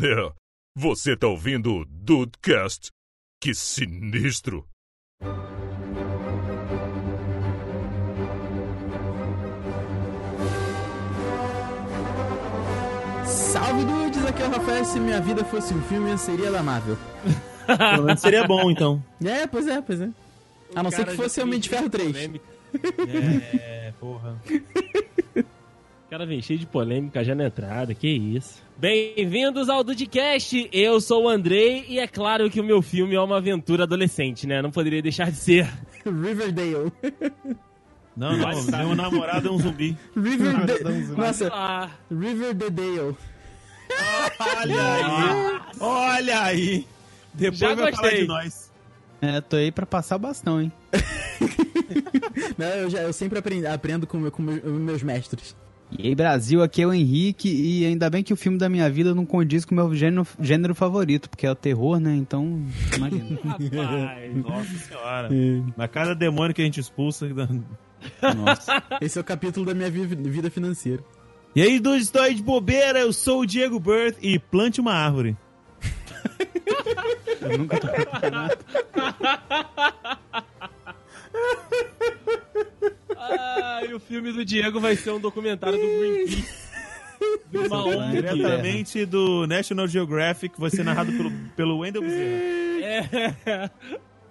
É, você tá ouvindo o Dudecast? Que sinistro! Salve dudes, aqui é o Rafael. Se minha vida fosse um filme, seria da Marvel. Pelo menos seria bom, então. É, pois é, pois é. A não ser que fosse Homem de Ferro 3. É, porra. O cara vem cheio de polêmica já na entrada, que isso. Bem-vindos ao Dudcast, eu sou o Andrei e é claro que o meu filme é uma aventura adolescente, né? Não poderia deixar de ser. Riverdale. Não, não, meu namorado é um zumbi. Riverdale. Nossa, Ah, Riverdale. Olha aí! Olha aí! Depois Já vai falar gostei. de nós. É, tô aí pra passar o bastão, hein? Não, eu, já, eu sempre aprendo, aprendo com, meu- com meus- meus mestres. E aí, Brasil, aqui é o Henrique, e ainda bem que o filme da minha vida não condiz com o meu gênero, gênero favorito, porque é o terror, né? Então, imagina. Ah, rapaz. Nossa senhora. É. Na cada demônio que a gente expulsa. Nossa. Esse é o capítulo da minha vi- vida financeira. E aí, do História de Bobeira, eu sou o Diego Birth e plante uma árvore. Eu nunca tô preparado. Ah, e o filme do Diego vai ser um documentário do Greenpeace. De uma Esse ONG. planeta Diretamente do National Geographic, vai ser narrado pelo, pelo Wendell Bezerra. É.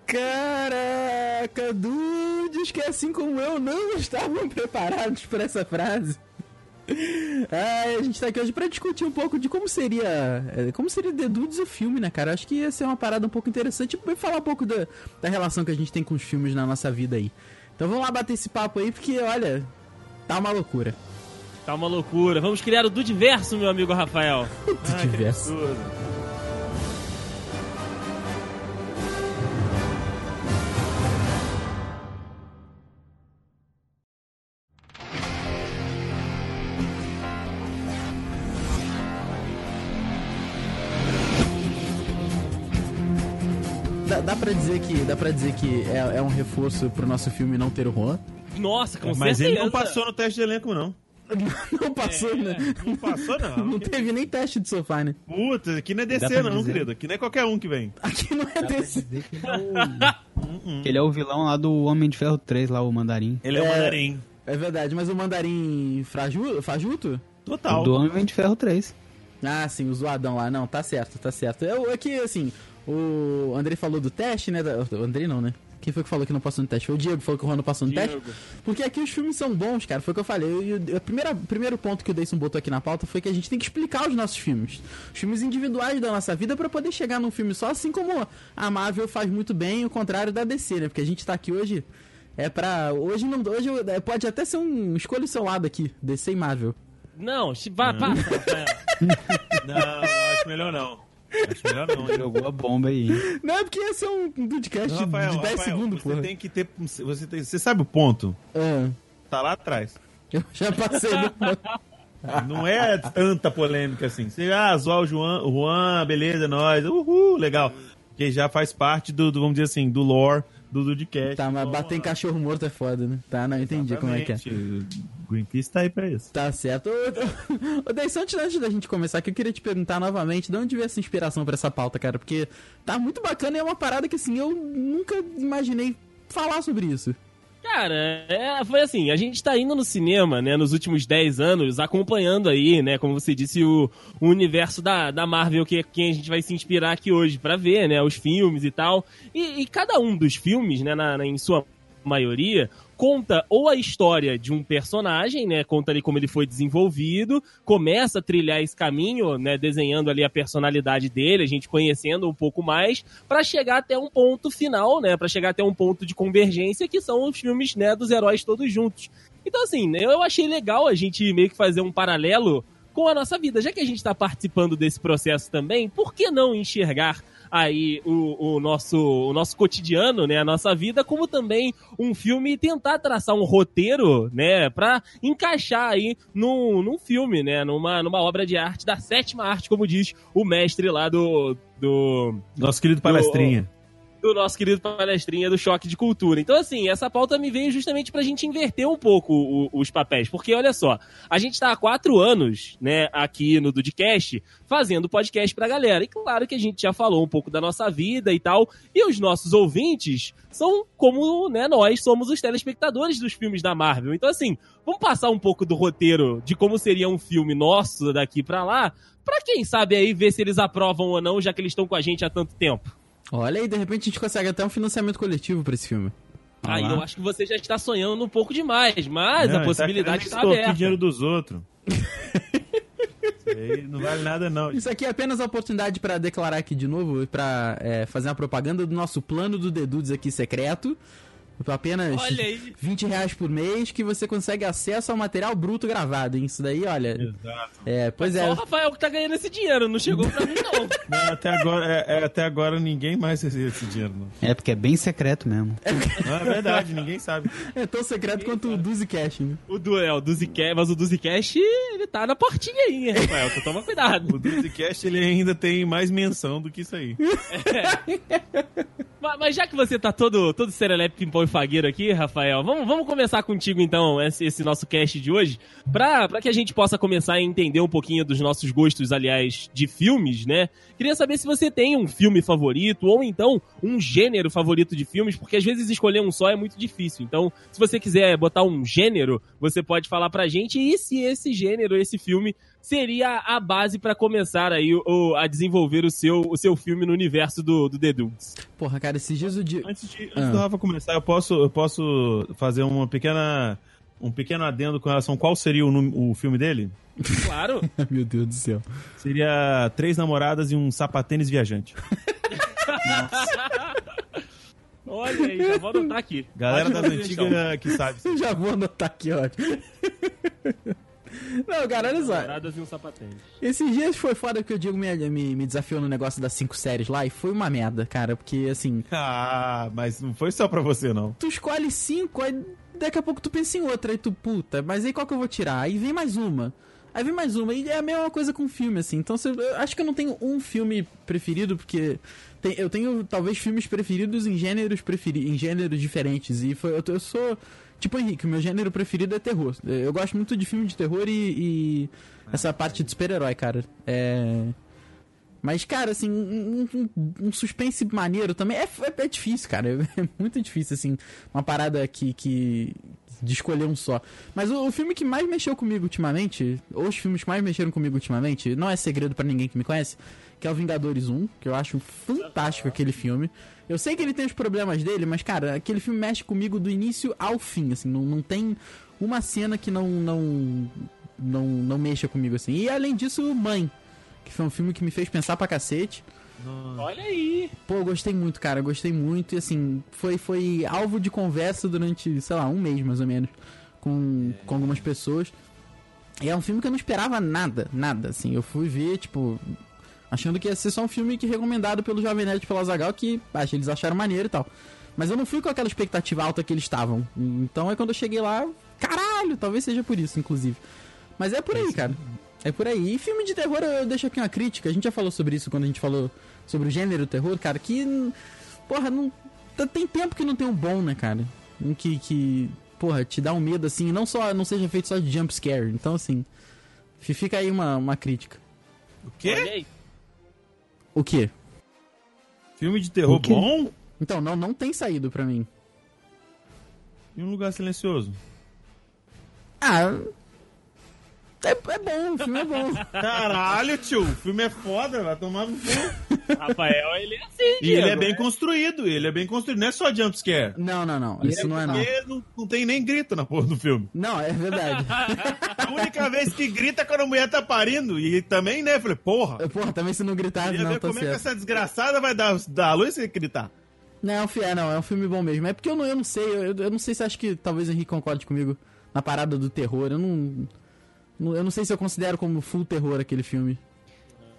Caraca, dudes que assim como eu não estavam preparados para essa frase. Ai, a gente tá aqui hoje pra discutir um pouco de como seria. eh, Como seria The Dudes o filme, né, cara? Acho que ia ser uma parada um pouco interessante e falar um pouco da, da relação que a gente tem com os filmes na nossa vida aí. Então vamos lá bater esse papo aí, porque olha, tá uma loucura. Tá uma loucura. Vamos criar o Dudiverso, meu amigo Rafael. Tudo diverso. Dá, dá pra dizer que, dá pra dizer que é, é um reforço pro nosso filme não ter o Juan? Nossa, com Mas certeza. ele não passou no teste de elenco, não. Não passou, né? Não passou, não. Não teve nem teste de sofá, né? Puta, aqui não é Dá DC, pra não, dizer. querido. Aqui não é qualquer um que vem. Aqui não é desse. Ele é o vilão lá do Homem de Ferro 3, lá, o Mandarim. Ele é, É. um mandarim. É verdade, mas o mandarim fraju- fajuto? Total. Do Homem de Ferro 3. Ah, sim, o zoadão lá. Não, tá certo, tá certo. É, o- é que, assim, o André falou do teste, né? da- O André não, né? Quem foi que falou que não passou no teste? Foi o Diego que falou que o Juan não passou no teste? Porque aqui os filmes são bons, cara. Foi o que eu falei. E o- a primeira- O primeiro ponto que o Dayson botou aqui na pauta foi que a gente tem que explicar os nossos filmes. Os filmes individuais da nossa vida pra poder chegar num filme só, assim como a Marvel faz muito bem, o contrário da DC, né? Porque a gente tá aqui hoje. É pra. Hoje não. Hoje eu- é, pode até ser um. Escolha o seu lado aqui, DC e Marvel. Não, chi- vá, passa, Rafael. Não, acho melhor não. Acho melhor não. hein? Jogou a bomba aí. hein? Não, é porque ia ser um podcast Não, Rafael, de 10 Rafael, segundos, você porra. tem que ter. Você, tem- você sabe o ponto? Ah, Tá lá atrás. eu já passei do ponto. Não é tanta polêmica assim. Você, ah, zoar o Juan, o Juan beleza, nós, uhul, legal. Porque já faz parte do, do, vamos dizer assim, do lore do Dudcast. Tá, mas bater em cachorro morto é foda, né? Tá, não, entendi como é que é. Greenpeace tá aí pra isso. Tá certo. Ô, ô, ô, Deis, antes, antes da gente começar aqui, eu queria te perguntar novamente de onde veio essa inspiração pra essa pauta, cara? Porque tá muito bacana e é uma parada que, assim, eu nunca imaginei falar sobre isso. Cara, é, foi assim, a gente tá indo no cinema, né, nos últimos 10 anos, acompanhando aí, né, como você disse, o, o universo da, da Marvel, que é quem a gente vai se inspirar aqui hoje pra ver, né, os filmes e tal. E, e cada um dos filmes, né, na- na- em sua maioria, conta ou a história de um personagem, né, conta ali como ele foi desenvolvido, começa a trilhar esse caminho, né, desenhando ali a personalidade dele, a gente conhecendo um pouco mais, para chegar até um ponto final, né? Para chegar até um ponto de convergência, que são os filmes né, dos heróis todos juntos. Então, assim, né, eu achei legal a gente meio que fazer um paralelo com a nossa vida. Já que a gente está participando desse processo também, por que não enxergar aí o, o nosso, o nosso cotidiano, né, a nossa vida, como também um filme e tentar traçar um roteiro, né, para encaixar aí num, num filme, né, numa, numa obra de arte, da sétima arte, como diz o mestre lá do... do Nosso querido palestrinha. do nosso querido palestrinha do Choque de Cultura. Então, assim, essa pauta me veio justamente pra gente inverter um pouco o- os papéis. Porque, olha só, a gente tá há quatro anos, né, aqui no Dudcast, fazendo podcast pra galera. E claro que a gente já falou um pouco da nossa vida e tal. E os nossos ouvintes são como, né, nós somos os telespectadores dos filmes da Marvel. Então, assim, vamos passar um pouco do roteiro de como seria um filme nosso daqui pra lá, pra quem sabe aí ver se eles aprovam ou não, já que eles estão com a gente há tanto tempo. Olha aí, de repente a gente consegue até um financiamento coletivo pra esse filme. Ah Aí lá. eu acho que você já está sonhando um pouco demais, mas Não, ele a Ah, possibilidade tá está querendo extorquir aberta. dinheiro dos outros. Isso aí não vale nada, não. Isso aqui é apenas a oportunidade pra declarar aqui de novo e pra é, fazer uma propaganda do nosso plano do Dedudes aqui secreto. Por Apenas Olha aí. 20 reais por mês que você consegue acesso ao material bruto gravado, hein? Isso daí, olha. Exato. É, pois Só o é. Rafael que tá ganhando esse dinheiro, não chegou pra mim, não. Não, até, agora, é- é, até agora ninguém mais recebeu esse dinheiro, não. É porque é bem secreto mesmo. Não, é verdade, ninguém sabe. É tão secreto quanto o Duzi Cash. né? O do, é, o Duzi Cash, mas o Duzi Cash, ele tá na portinha aí, hein, Rafael. Então toma O cuidado. Dudecast, ele ainda tem mais menção do que isso aí. mas, mas já que você tá todo, todo serelepe, pimpão e fagueiro aqui, Rafael, vamos, vamos começar contigo então esse, esse nosso cast de hoje, pra, pra que a gente possa começar a entender um pouquinho dos nossos gostos, aliás, de filmes, né? Queria saber se você tem um filme favorito ou então um gênero favorito de filmes, porque às vezes escolher um só é muito difícil. Então, se você quiser botar um gênero, você pode falar pra gente e se esse gênero, esse filme seria a base pra começar aí o, a desenvolver o seu, o seu filme no universo do, do The Dudes. Porra, cara, esses dias o dia. Antes, de, antes Ah. do Rafa começar, eu posso, eu posso fazer uma pequena, um pequeno adendo com relação a qual seria o, nome- o filme dele? Claro. Meu Deus do céu. Seria Três Namoradas e um Sapatênis Viajante. Olha aí, já vou anotar aqui. Galera Ótima das sugestão. antigas que sabe. Eu já vou anotar aqui, ó. Não, cara, olha só. Namoradas e um sapatênis. Esses dias foi foda que o Diego me, me, me desafiou no negócio das cinco séries lá e foi uma merda, cara. Porque, assim, Ah, mas não foi só pra você, não. tu escolhe cinco, aí daqui a pouco tu pensa em outra, aí tu, puta, mas aí qual que eu vou tirar? Aí vem mais uma. Aí vem mais uma. E é a mesma coisa com filme, assim. Então, se- eu acho que eu não tenho um filme preferido, porque tem- eu tenho, talvez, filmes preferidos em gêneros, preferi, em gêneros diferentes. E foi- eu, tô- eu sou... Tipo, Henrique, o meu gênero preferido é terror. Eu gosto muito de filme de terror e, e essa parte de super-herói, cara. É... Mas, cara, assim, um, um- um- um suspense maneiro também é, é, é difícil, cara. É muito difícil, assim, uma parada que, que de escolher um só. Mas o, o filme que mais mexeu comigo ultimamente, ou os filmes que mais mexeram comigo ultimamente, não é segredo pra ninguém que me conhece, que é o Vingadores 1, que eu acho fantástico aquele filme. Eu sei que ele tem os problemas dele, mas, cara, aquele filme mexe comigo do início ao fim, assim, não, não tem uma cena que não, não, não, não mexa comigo, assim. E, além disso, Mãe, que foi um filme que me fez pensar pra cacete. Olha aí. Pô, eu gostei muito, cara, eu gostei muito. E assim, foi, foi alvo de conversa durante, sei lá, um mês mais ou menos, com, com algumas pessoas. E é um filme que eu não esperava nada, nada, assim. Eu fui ver, tipo, achando que ia ser só um filme que recomendado pelo Jovem Nerd e pela Zagal, que ah, acho, eles acharam maneiro e tal. Mas eu não fui com aquela expectativa alta que eles estavam. Então é quando eu cheguei lá, caralho, talvez seja por isso, inclusive. Mas é por aí, cara. É por aí. E filme de terror, eu deixo aqui uma crítica. A gente já falou sobre isso quando a gente falou sobre o gênero terror, cara, que. n- Porra, não. tá- Tem tempo que não tem um bom, né, cara? Um que. que porra, te dá um medo assim, não só não seja feito só de jump scare. Então, assim. fi- Fica aí uma, uma crítica. O Olha aí. O quê? Filme de terror O quê? bom Então, não, não tem saído pra mim. e um lugar silencioso. Ah. É, é bom, o filme é bom. Caralho, tio, o filme é foda, vai tomar no cu. Rafael, ele é assim, E ele é Diego. bem construído, ele é bem construído, não é só jumpscare. Não, não, não. Isso não é não. Porque não, não tem nem grito na porra do filme. Não, é verdade. A única vez que grita é quando a mulher tá parindo. E também, né? eu Falei, porra, Porra, também se não gritar, queria não, ver tá como é que certo. essa desgraçada vai dar, dar a luz e gritar. Não, fi- é, não, é um filme bom mesmo. É porque eu não, eu não sei, eu, eu não sei se acho que talvez o Henrique concorde comigo na parada do terror. Eu não. não- Eu não sei se eu considero como full terror aquele filme.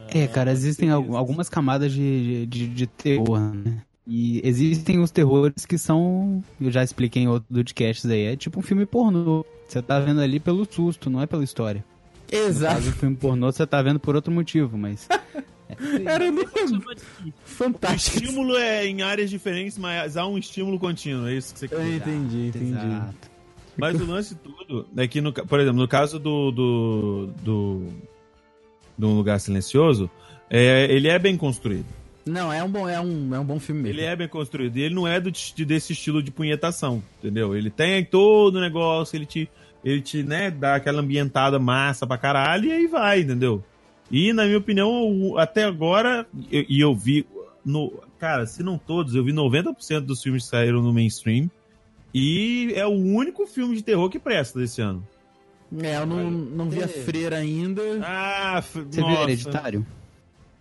É, cara, existem al- algumas camadas de, de, de terror, né? E existem os terrores que são, eu já expliquei em outro podcast aí, é tipo um filme pornô. Você tá vendo ali pelo susto, não é pela história. No Exato. caso, o filme pornô você tá vendo por outro motivo, mas Era nem fantástico. Estímulo é em áreas diferentes, mas há um estímulo contínuo, é isso que você quer Eu dizer. entendi, entendi. Exato. Mas o lance tudo é que, no, ca- por exemplo, no caso do. do. do. de um lugar silencioso, é, ele é bem construído. Não, é um bom, é um, é um bom filme mesmo. Ele é bem construído. E ele não é do, ti- desse estilo de punhetação, entendeu? Ele tem todo o negócio, ele te, ele te né, dá aquela ambientada massa pra caralho e aí vai, entendeu? E, na minha opinião, o- até agora, eu- e eu, vi. No, cara, se não todos, eu vi 90% dos filmes que saíram no mainstream. E é o único filme de terror que presta desse ano. É, eu não, não vi a freira ainda. Ah, f- Você viu nossa. Hereditário?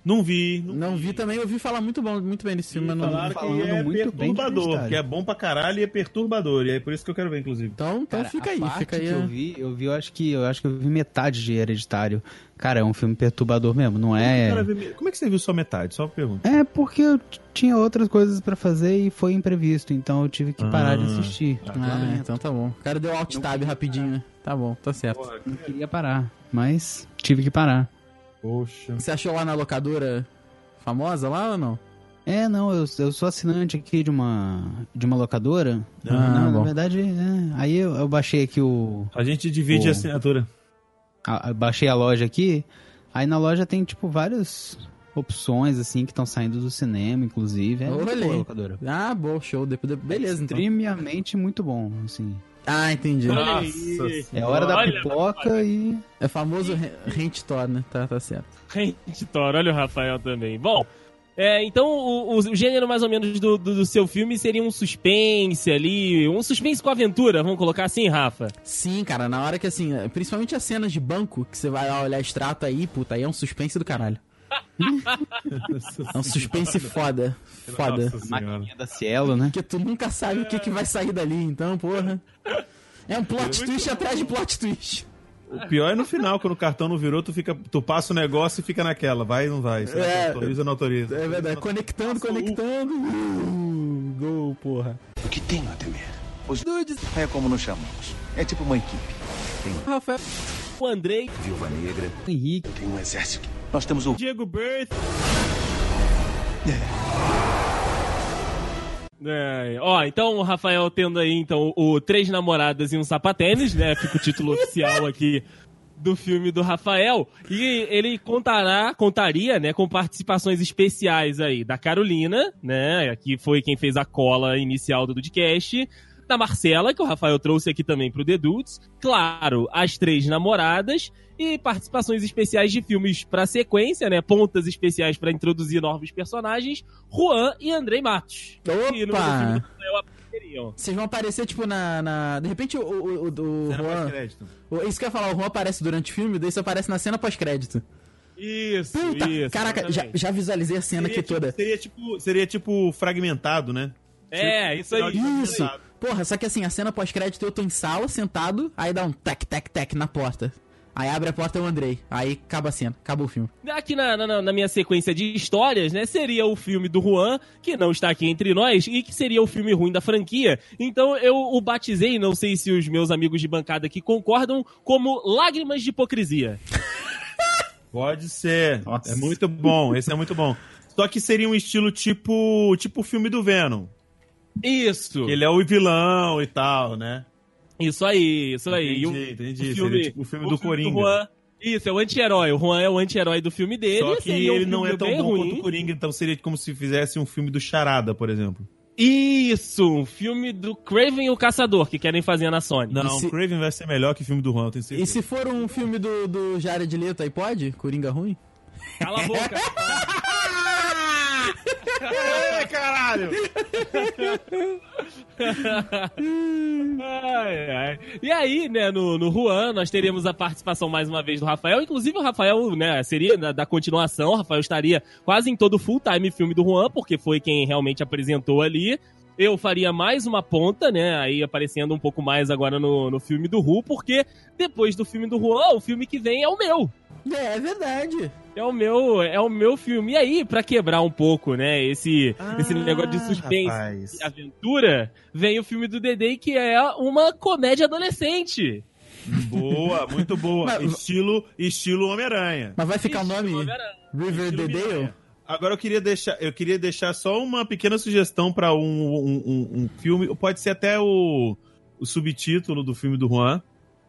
Não vi. Não vi também, eu vi falar muito bom, muito bem desse filme, mas não Falaram que falando é muito bem de perturbador, Hereditário. que é bom pra caralho e é perturbador. E é por isso que eu quero ver, inclusive. Então, então Cara, fica a aí, parte fica aí. Que eu vi, eu vi, eu acho que eu acho que eu vi metade de Hereditário. Cara, é um filme perturbador mesmo, não é? Cara, vê- como é que você viu só metade? Só uma pergunta. É porque eu t- tinha outras coisas pra fazer e foi imprevisto, então eu tive que parar de Ah. assistir. Ah, então tá bom. O cara deu alt tab rapidinho, né? Tá bom, tá certo. Não queria parar, mas tive que parar. Poxa. Você achou lá na locadora famosa lá ou não? É, não, eu, eu sou assinante aqui de uma de uma locadora. Ah, não, na bom. verdade, é, aí eu, eu baixei aqui o A gente divide Pô. a assinatura. a- a- baixei a loja aqui. Aí na loja tem tipo várias opções assim que estão saindo do cinema, inclusive. É muito Olha boa a aí. locadora. Ah, bom, show. Depois, beleza, então. Extremamente muito bom, assim. Ah, entendi. Olha aí. É hora da Olha, pipoca e É famoso re- rent store, né? Tá, tá certo. Gente, Thor, olha o Rafael também. Bom, é, então o, o- o gênero mais ou menos do, do- do seu filme seria um suspense ali, um suspense com aventura, vamos colocar assim, Rafa? Sim, cara, na hora que assim, principalmente as cenas de banco, que você vai lá olhar extrato aí, puta, aí é um suspense do caralho. É um suspense foda. Foda. Nossa senhora. maquininha da Cielo, né? Porque tu nunca sabe o que, que vai sair dali, então, porra. É um plot twist atrás de plot twist. O pior é no final, quando o cartão não virou, tu, fica, tu passa o negócio e fica naquela. Vai ou não vai? Será É. que autoriza ou não autoriza? É verdade, conectando, conectando. Uh, gol, porra. O que tem a temer? Os dudes é como nos chamamos. É tipo uma equipe. Rafael. O Andrei, Viúva Negra Henrique, tem um exército. Nós temos um- o Diego Birth. É, ó, então o Rafael tendo aí então o Três Namoradas e um Sapatênis, né? Fica o título oficial aqui do filme do Rafael. E ele contará, contaria, né, com participações especiais aí da Carolina, né? Que foi quem fez a cola inicial do Dudcast. Da Marcela, que o Rafael trouxe aqui também pro The Dudes. Claro, as três namoradas e participações especiais de filmes pra sequência, né? Pontas especiais pra introduzir novos personagens, Juan e Andrei Matos. E no filme do Opa! Rafael apareceriam. Vocês vão aparecer, tipo, na. na- De repente o, o, o, o Cena Juan. pós-crédito. o- Isso que eu ia falar, o Juan aparece durante o filme, daí isso aparece na cena pós-crédito. Isso, Puta! isso. caraca, já, exatamente. já visualizei a cena aqui Seria, tipo, toda. seria, tipo, seria tipo fragmentado, né? É, isso aí. Isso! Porra, só que assim, a cena pós-crédito eu tô em sala, sentado, aí dá um tec, tec, tec na porta. Aí abre a porta é o Andrei. Aí acaba a cena, acaba o filme. Aqui na, na- na minha sequência de histórias, né? Seria o filme do Juan, que não está aqui entre nós, e que seria o filme ruim da franquia. Então eu o batizei, não sei se os meus amigos de bancada aqui concordam, como Lágrimas de Hipocrisia. Pode ser. É muito bom. Esse é muito bom. Só que seria um estilo tipo tipo o filme do Venom. Isso! Que ele é o vilão e tal, né? Isso aí, isso aí. E o- Entendi, entendi. o Seria filme, tipo o filme do Coringa. Juan. isso, é o anti-herói. O Juan é o anti-herói do filme dele. Só que seria um ele não filme é tão bem bom ruim. quanto o Coringa, então seria como se fizesse um filme do Charada, por exemplo. Isso, um filme do Craven e o Caçador, que querem fazer na Sony. Não, E se- o Craven vai ser melhor que o filme do Juan, eu tenho E certeza. se for um filme do, do Jared Leto, aí pode? Coringa ruim? Cala a boca. É, caralho! Ai, ai. E aí, né, no, no Juan, nós teremos a participação mais uma vez do Rafael. Inclusive, o Rafael, né, seria da, da continuação. O Rafael estaria quase em todo o full-time filme do Juan, porque foi quem realmente apresentou ali. Eu faria mais uma ponta, né? Aí aparecendo um pouco mais agora no, no filme do Ru, porque depois do filme do Juan, o filme que vem é o meu. É, é verdade. É o meu, é o meu filme. E aí, pra quebrar um pouco, né, esse, Ah, esse negócio de suspense Rapaz. e aventura, vem o filme do Dedei, que é uma comédia adolescente. Boa, muito boa. Mas- estilo estilo Homem-Aranha. Mas vai ficar o nome Homem-Aranha. River the Dale? Agora eu queria deixar, eu queria deixar só uma pequena sugestão para um, um, um- um filme. Pode ser até o, o subtítulo do filme do Juan.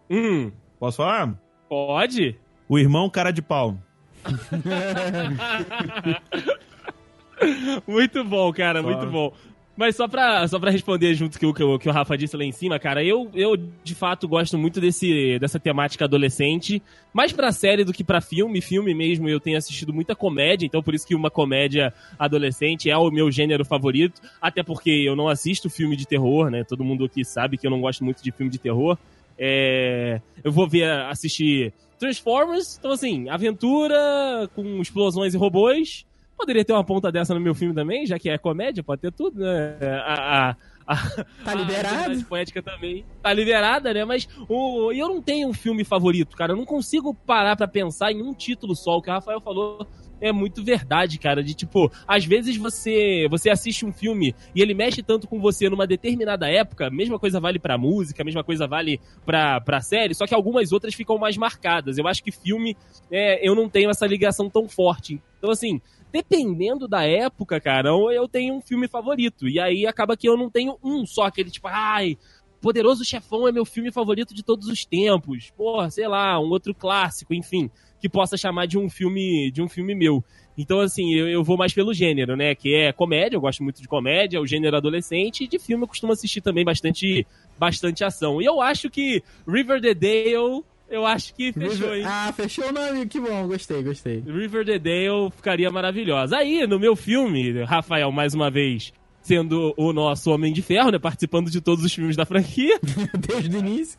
Hum, Posso falar? pode? O irmão cara de pau. muito bom, cara, Só- muito bom. Mas só pra, só pra responder junto que o, que, o, que o Rafa disse lá em cima, cara, eu, eu de fato gosto muito desse, dessa temática adolescente, mais pra série do que pra filme. Filme mesmo, eu tenho assistido muita comédia, então por isso que uma comédia adolescente é o meu gênero favorito, até porque eu não assisto filme de terror, né? Todo mundo aqui sabe que eu não gosto muito de filme de terror. É, eu vou ver, assistir Transformers, então assim, aventura com explosões e robôs, Poderia ter uma ponta dessa no meu filme também, já que é comédia, pode ter tudo, né? A, a- a- Tá A liberado? verdade é poética também. Tá liberada, né? Mas o, e eu não tenho um filme favorito, cara. Eu não consigo parar pra pensar em um título só. O que o Rafael falou é muito verdade, cara. De tipo, às vezes você você assiste um filme e ele mexe tanto com você numa determinada época, mesma coisa vale pra música, mesma coisa vale pra, pra série, só que algumas outras ficam mais marcadas. Eu acho que filme, é, eu não tenho essa ligação tão forte. Então, assim, dependendo da época, cara, eu eu tenho um filme favorito. E aí acaba que eu não tenho um só, aquele tipo, ai, Poderoso Chefão é meu filme favorito de todos os tempos. Porra, sei lá, um outro clássico, enfim, que possa chamar de um filme, de um filme meu. Então, assim, eu, eu vou mais pelo gênero, né? Que é comédia, eu gosto muito de comédia, o gênero adolescente, e de filme eu costumo assistir também bastante, bastante ação. E eu acho que River the Dale, eu acho que fechou, hein? River... Ah, fechou o nome, que bom, gostei, gostei. River the Dale ficaria maravilhosa. Aí, no meu filme, Rafael, mais uma vez, sendo o nosso Homem de Ferro, né? Participando de todos os filmes da franquia, Desde o início.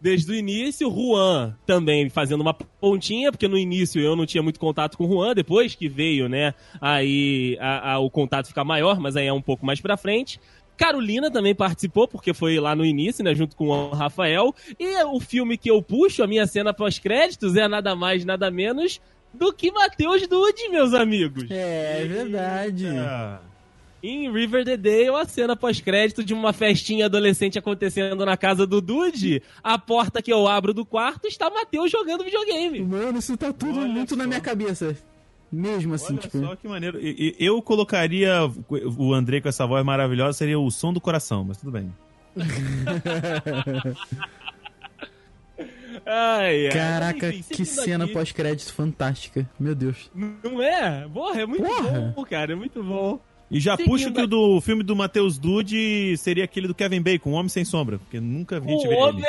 desde o início. Juan também fazendo uma pontinha, porque no início eu não tinha muito contato com o Juan, depois que veio, né? Aí a- a- o contato fica maior, mas aí é um pouco mais pra frente. Carolina também participou, porque foi lá no início, né, junto com o Rafael. E o filme que eu puxo, a minha cena pós-créditos, é nada mais, nada menos do que Matheus Dude, meus amigos. É, é verdade. Ah, Em River the Dale, a cena pós-crédito de uma festinha adolescente acontecendo na casa do Dude, a porta que eu abro do quarto está Matheus jogando videogame. Mano, isso tá tudo Olha muito na só. minha cabeça. Mesmo assim, olha tipo. só que maneiro. E- e- Eu colocaria o André com essa voz maravilhosa, seria o som do coração, mas tudo bem. Ai, ai. Caraca, Enfim, que seguindo cena aqui. pós-crédito fantástica. Meu Deus. Não é? Porra, é muito Porra. bom, cara, é muito bom. E já Seguindo puxo que o aqui. do filme do Matheus Dude seria aquele do Kevin Bacon, O Homem Sem Sombra, porque nunca vi O tive ele. homem...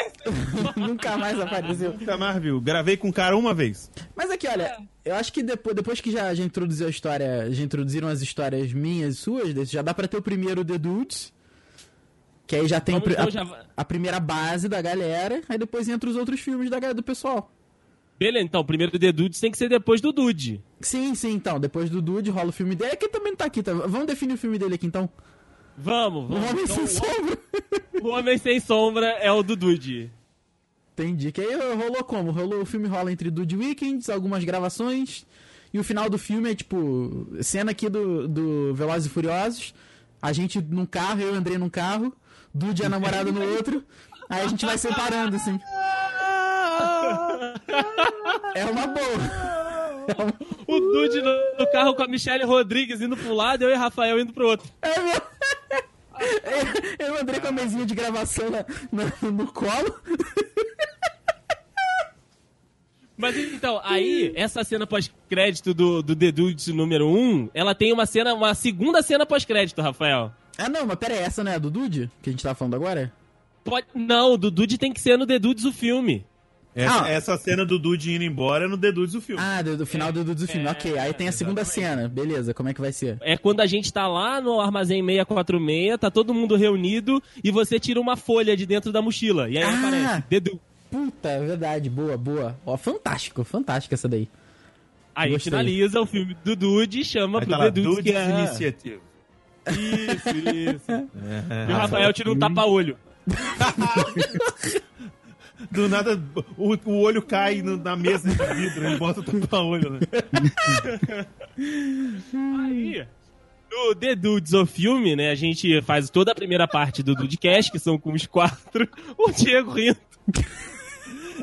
Nunca mais apareceu. Nunca mais viu. Gravei com o cara uma vez. Mas aqui, olha, eu acho que depois, depois que já, já introduziu a história, já introduziram as histórias minhas e suas, desse, já dá pra ter o primeiro The Dudes. Que aí já tem o Vamos, pri- então, a, já- a primeira base da galera, aí depois entra os outros filmes da, ga- do pessoal. Beleza, então, primeiro The Dudes tem que ser depois do Dude. Sim, sim, então. Depois do Dude rola o filme dele. É que também não tá aqui, tá? Vamos definir o filme dele aqui então. Vamos, O vamos. Homem Sem Então, Sombra. o Homem Sem Sombra é o do Dude. Entendi. Que aí rolou como? Rolou, o filme rola entre Dude Weekends, algumas gravações. E o final do filme é tipo. Cena aqui do, do Velozes e Furiosos. A gente num carro, eu e o Andrei num carro. Dude e a namorada no outro. Aí a gente vai separando, assim. É uma boa. O Dude no, no carro com a Michelle Rodrigues indo pra um lado, eu e Rafael indo pro outro. É mesmo. Eu e o Andrei com a mesinha de gravação na- na- no colo. Mas então, aí, essa cena pós-crédito do, do The Dudes número 1, ela tem uma cena, uma segunda cena pós-crédito, Rafael. Ah, não, mas pera aí, essa não é a do Dude? Que a gente tava falando agora? Pode, não, o do Dude tem que ser no The Dudes o filme. Essa, Ah. essa cena do Dude indo embora é no The Dudes do filme. Ah, do, do final do, do, do filme. ok, aí tem a segunda cena. Beleza, como é que vai ser? É quando a gente tá lá no armazém 646, tá todo mundo reunido e você tira uma folha de dentro da mochila. E aí Ah! aparece The Dudes. Puta, é verdade. Boa, boa. Ó, fantástico, fantástico essa daí. Aí Gostei. finaliza o filme do Dude e chama Aí pro tá The lá, Dudes, que Dudes é... Iniciative. Isso, isso. É. E o Rafael tira um tapa-olho. Do nada, o, o olho cai no- na mesa de vidro, ele bota o tapa-olho, né? Aí, no The Dudes, o filme, né? A gente faz toda a primeira parte do Dudecast, que são com os quatro. O Diego rindo.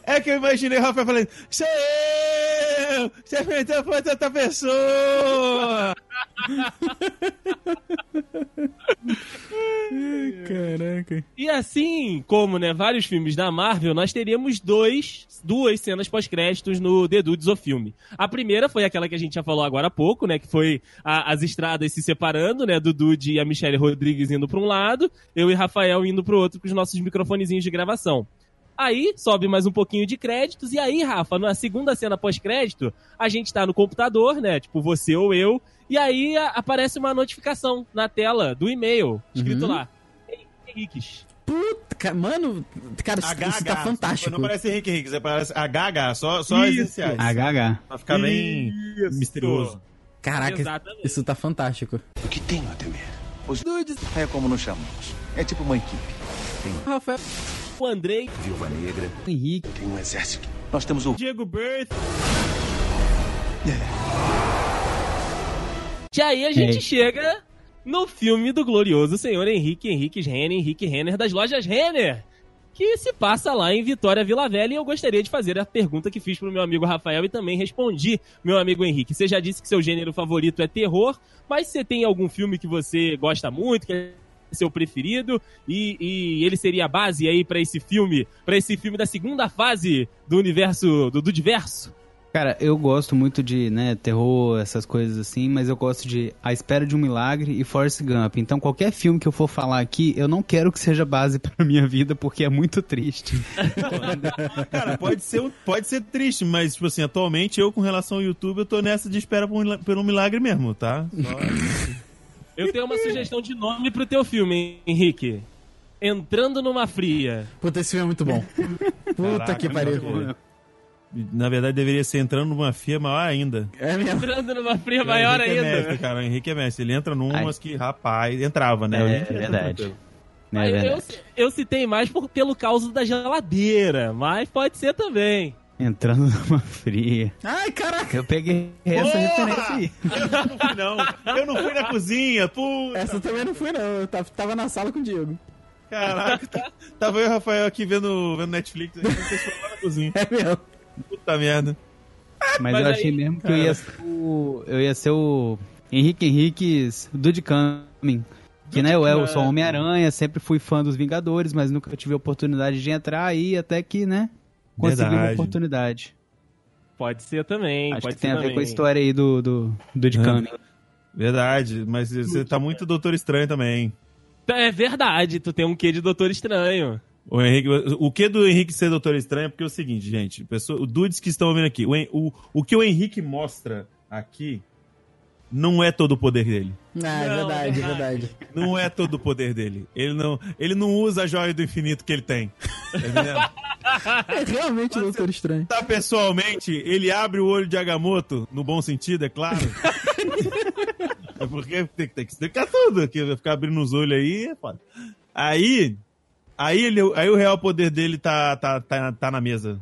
É que eu imaginei o Rafael falando: Sou eu! Você enfrentou então foi outra pessoa! Caraca. E assim como, né, vários filmes da Marvel, nós teríamos dois, duas cenas pós-créditos no The Dudes o filme. A primeira foi aquela que a gente já falou agora há pouco, né, que foi a- as estradas se separando, né, do Dude e a Michelle Rodrigues indo para um lado, eu e Rafael indo pro outro com os nossos microfonezinhos de gravação. Aí sobe mais um pouquinho de créditos e aí, Rafa, na segunda cena pós-crédito, a gente tá no computador, né, tipo você ou eu, e aí a- aparece uma notificação na tela do e-mail, escrito Uhum. lá: Henriques. Puta, ca- mano, cara, isso, isso assim, tá fantástico. Não parece assim, Henrique Henrique, parece HH, só, só as é Isso. iniciais. HH. Pra ficar bem misterioso. Caraca, Exatamente. isso tá fantástico. O que tenho a temer? Os dudes é como nos chamamos. É tipo uma equipe. Rafael, O Andrei Viúva Negra Henrique. tem um exército. Nós temos o Diego Birth. E aí a gente É. chega no filme do glorioso senhor Henrique Henriques Renner, Henrique Renner das lojas Renner, que se passa lá em Vitória Vila Velha. E eu gostaria de fazer a pergunta que fiz pro meu amigo Rafael e também respondi, meu amigo Henrique. Você já disse que seu gênero favorito é terror, mas você tem algum filme que você gosta muito, que é seu preferido e, e ele seria a base aí pra esse filme, pra esse filme da segunda fase do universo do, do diverso? Cara, eu gosto muito de, né, terror, essas coisas assim, mas eu gosto de A Espera de um Milagre e Forrest Gump. Então, qualquer filme que eu for falar aqui, eu não quero que seja base pra minha vida, porque é muito triste. Cara, pode ser, um- pode ser triste, mas, tipo assim, atualmente eu, com relação ao YouTube, eu tô nessa de espera por um, mila- por um milagre mesmo, tá? Eu tenho uma sugestão de nome pro teu filme, hein, Henrique. Entrando numa fria. puta, esse filme é muito bom. Puta Caraca, que pariu. meu. Na verdade, deveria ser entrando numa fia maior ainda. É mesmo. Entrando numa fria maior o Henrique É ainda. mestre, cara, o Henrique é mestre. Ele entra numas Ai. que, rapaz, entrava, né? É, O Henrique é entra verdade. tranquilo. Né, Eu- velho? eu, eu citei mais por- pelo causa da geladeira, mas pode ser também. Entrando numa fria. Ai, caraca. Eu peguei essa Porra! referência aí. Eu Ah, não fui, não. Eu não fui na cozinha, puta. Essa eu também não fui, não. Eu tava- tava na sala com o Diego. Caraca, tá- tava eu e o Rafael aqui vendo, vendo Netflix, aí vocês foram lá na cozinha. É mesmo. Puta merda. Mas, Mas eu aí, achei mesmo que eu ia, ser o, eu ia ser o Henrique Henrique's Dudecaming. Que, né, eu, eu sou Homem-Aranha, sempre fui fã dos Vingadores, mas nunca tive a oportunidade de entrar aí, até que, né, consegui uma Verdade. oportunidade. Pode ser também. Acho pode que tem ser a ver também. com a história aí do, do Ah, Dudecaming. Verdade, mas você tá muito Doutor Estranho também. É verdade, tu tem um quê de Doutor Estranho. O, Henrique, o que do Henrique ser Doutor Estranho é porque é o seguinte, gente. Pessoa, o dudes que estão ouvindo aqui. O, Hen- o, o que o Henrique mostra aqui não é todo o poder dele. Ah, é Não, verdade, é verdade. verdade. Não é todo o poder dele. Ele não, ele não usa a joia do infinito que ele tem. Tá entendendo? É realmente o Doutor Estranho. Tá pessoalmente, ele abre o olho de Agamotto, no bom sentido, é claro. é porque tem, que- tem que explicar tudo, que vai ficar abrindo os olhos aí, é foda. Aí, aí, ele, aí o real poder dele tá, tá, tá, tá na mesa.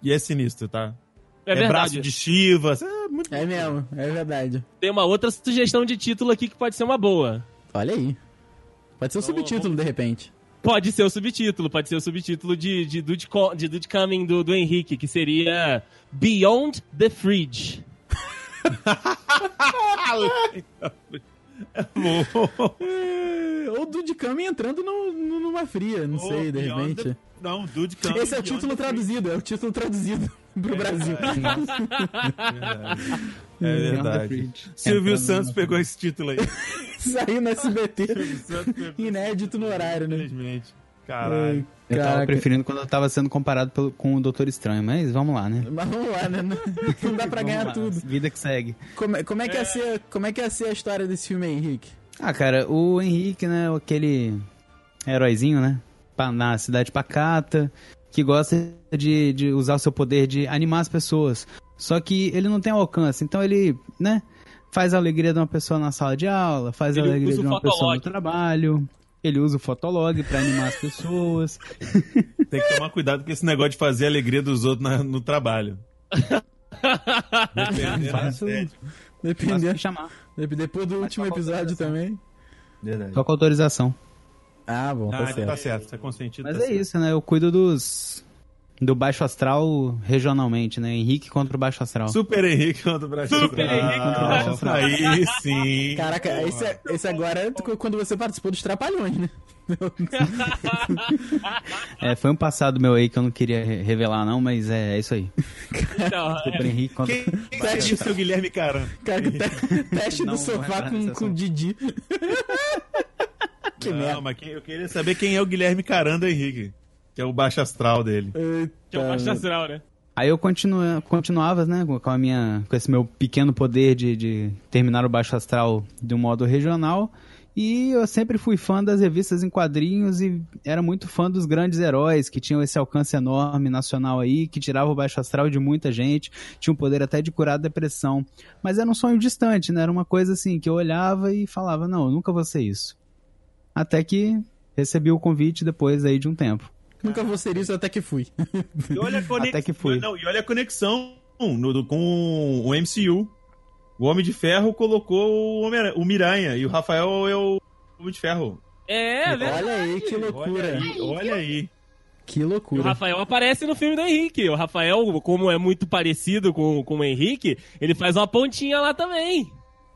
E é sinistro, tá? É, braço verdade. de Chivas. É muito... É mesmo, é verdade. Tem uma outra sugestão de título aqui que pode ser uma boa. Olha aí. Pode ser um subtítulo, de repente. Pode ser o subtítulo, pode ser o subtítulo de, de, Dude, Co- de Dude Coming do, do Henrique, que seria Beyond the Fridge. bom. É, Ou Dude Kami entrando no- no- numa fria, não sei, de Beyond repente. the- Oh, Não, Dude Esse é o título traduzido, é o título traduzido pro Brasil. É verdade. É, tá Silvio Santos pegou esse título aí. Saiu no SBT, Silvio Santos pegou. inédito no horário, né? Infelizmente. Caralho. Eu tava Caraca. preferindo quando eu tava sendo comparado pelo- com o Doutor Estranho, mas vamos lá, né? Mas vamos lá, né? Não dá pra ganhar Vamos lá, tudo. Vida que segue. Como, é- como é que ia ser, como é que ia ser a história desse filme aí, Henrique? Ah, cara, o Henrique, né, aquele heróizinho, né, pa- na cidade pacata, que gosta de, de usar o seu poder de animar as pessoas. Só que ele não tem alcance, então ele, né, faz a alegria de uma pessoa na sala de aula, faz Ele a alegria usa o de uma pessoa no fotolog. trabalho, ele usa o fotolog pra animar as pessoas. Tem que tomar cuidado com esse negócio de fazer a alegria dos outros na- no trabalho. Tá Dependendo da Faço- sede. Faço Dependendo. pra chamar. Dep- Depois do último qual episódio também. Verdade. Só com autorização. Ah, bom, Ah, tá tá certo. certo, tá consentido. Mas tá é certo. isso, né? Eu cuido dos. do Baixo Astral regionalmente, né? Henrique contra o Baixo Astral. Super Henrique contra o Brasil. Ah, Super Henrique contra o Brasil. Aí sim. Caraca, esse, esse agora é quando você participou dos Trapalhões, né? É, foi um passado meu aí que eu não queria re- revelar, não, mas é, é isso aí. Então, Super Henrique contra. Quem, quem é isso, seu Guilherme Caran? Caraca, te- Tá, teste Não, do não sofá entrar com, nessa com o Didi. que merda. Não, mas quem- eu queria saber quem é o Guilherme Caran do Henrique. Que é o baixo astral dele. Ah, que é o baixo astral, né? Aí eu continua, continuava, né, com com a minha, com esse meu pequeno poder de, de terminar o Baixo Astral de um modo regional. E eu sempre fui fã das revistas em quadrinhos e era muito fã dos grandes heróis que tinham esse alcance enorme nacional aí, que tirava o Baixo Astral de muita gente, tinha um poder até de curar a depressão. Mas era um sonho distante, né? Era uma coisa assim que eu olhava e falava, não, eu nunca vou ser isso. Até que recebi o convite depois aí de um tempo. Nunca vou ser isso até que fui. E olha a conexão, Até que foi. Não, e olha a conexão no- do- com o MCU. O Homem de Ferro colocou o, Homem- o Miranha e o Rafael é o Homem de Ferro. É, velho. Olha aí, que loucura. Olha aí, olha aí. Que O loucura. Rafael aparece no filme do Henrique. O Rafael, como é muito parecido com, com o Henrique, ele faz uma pontinha lá também. Um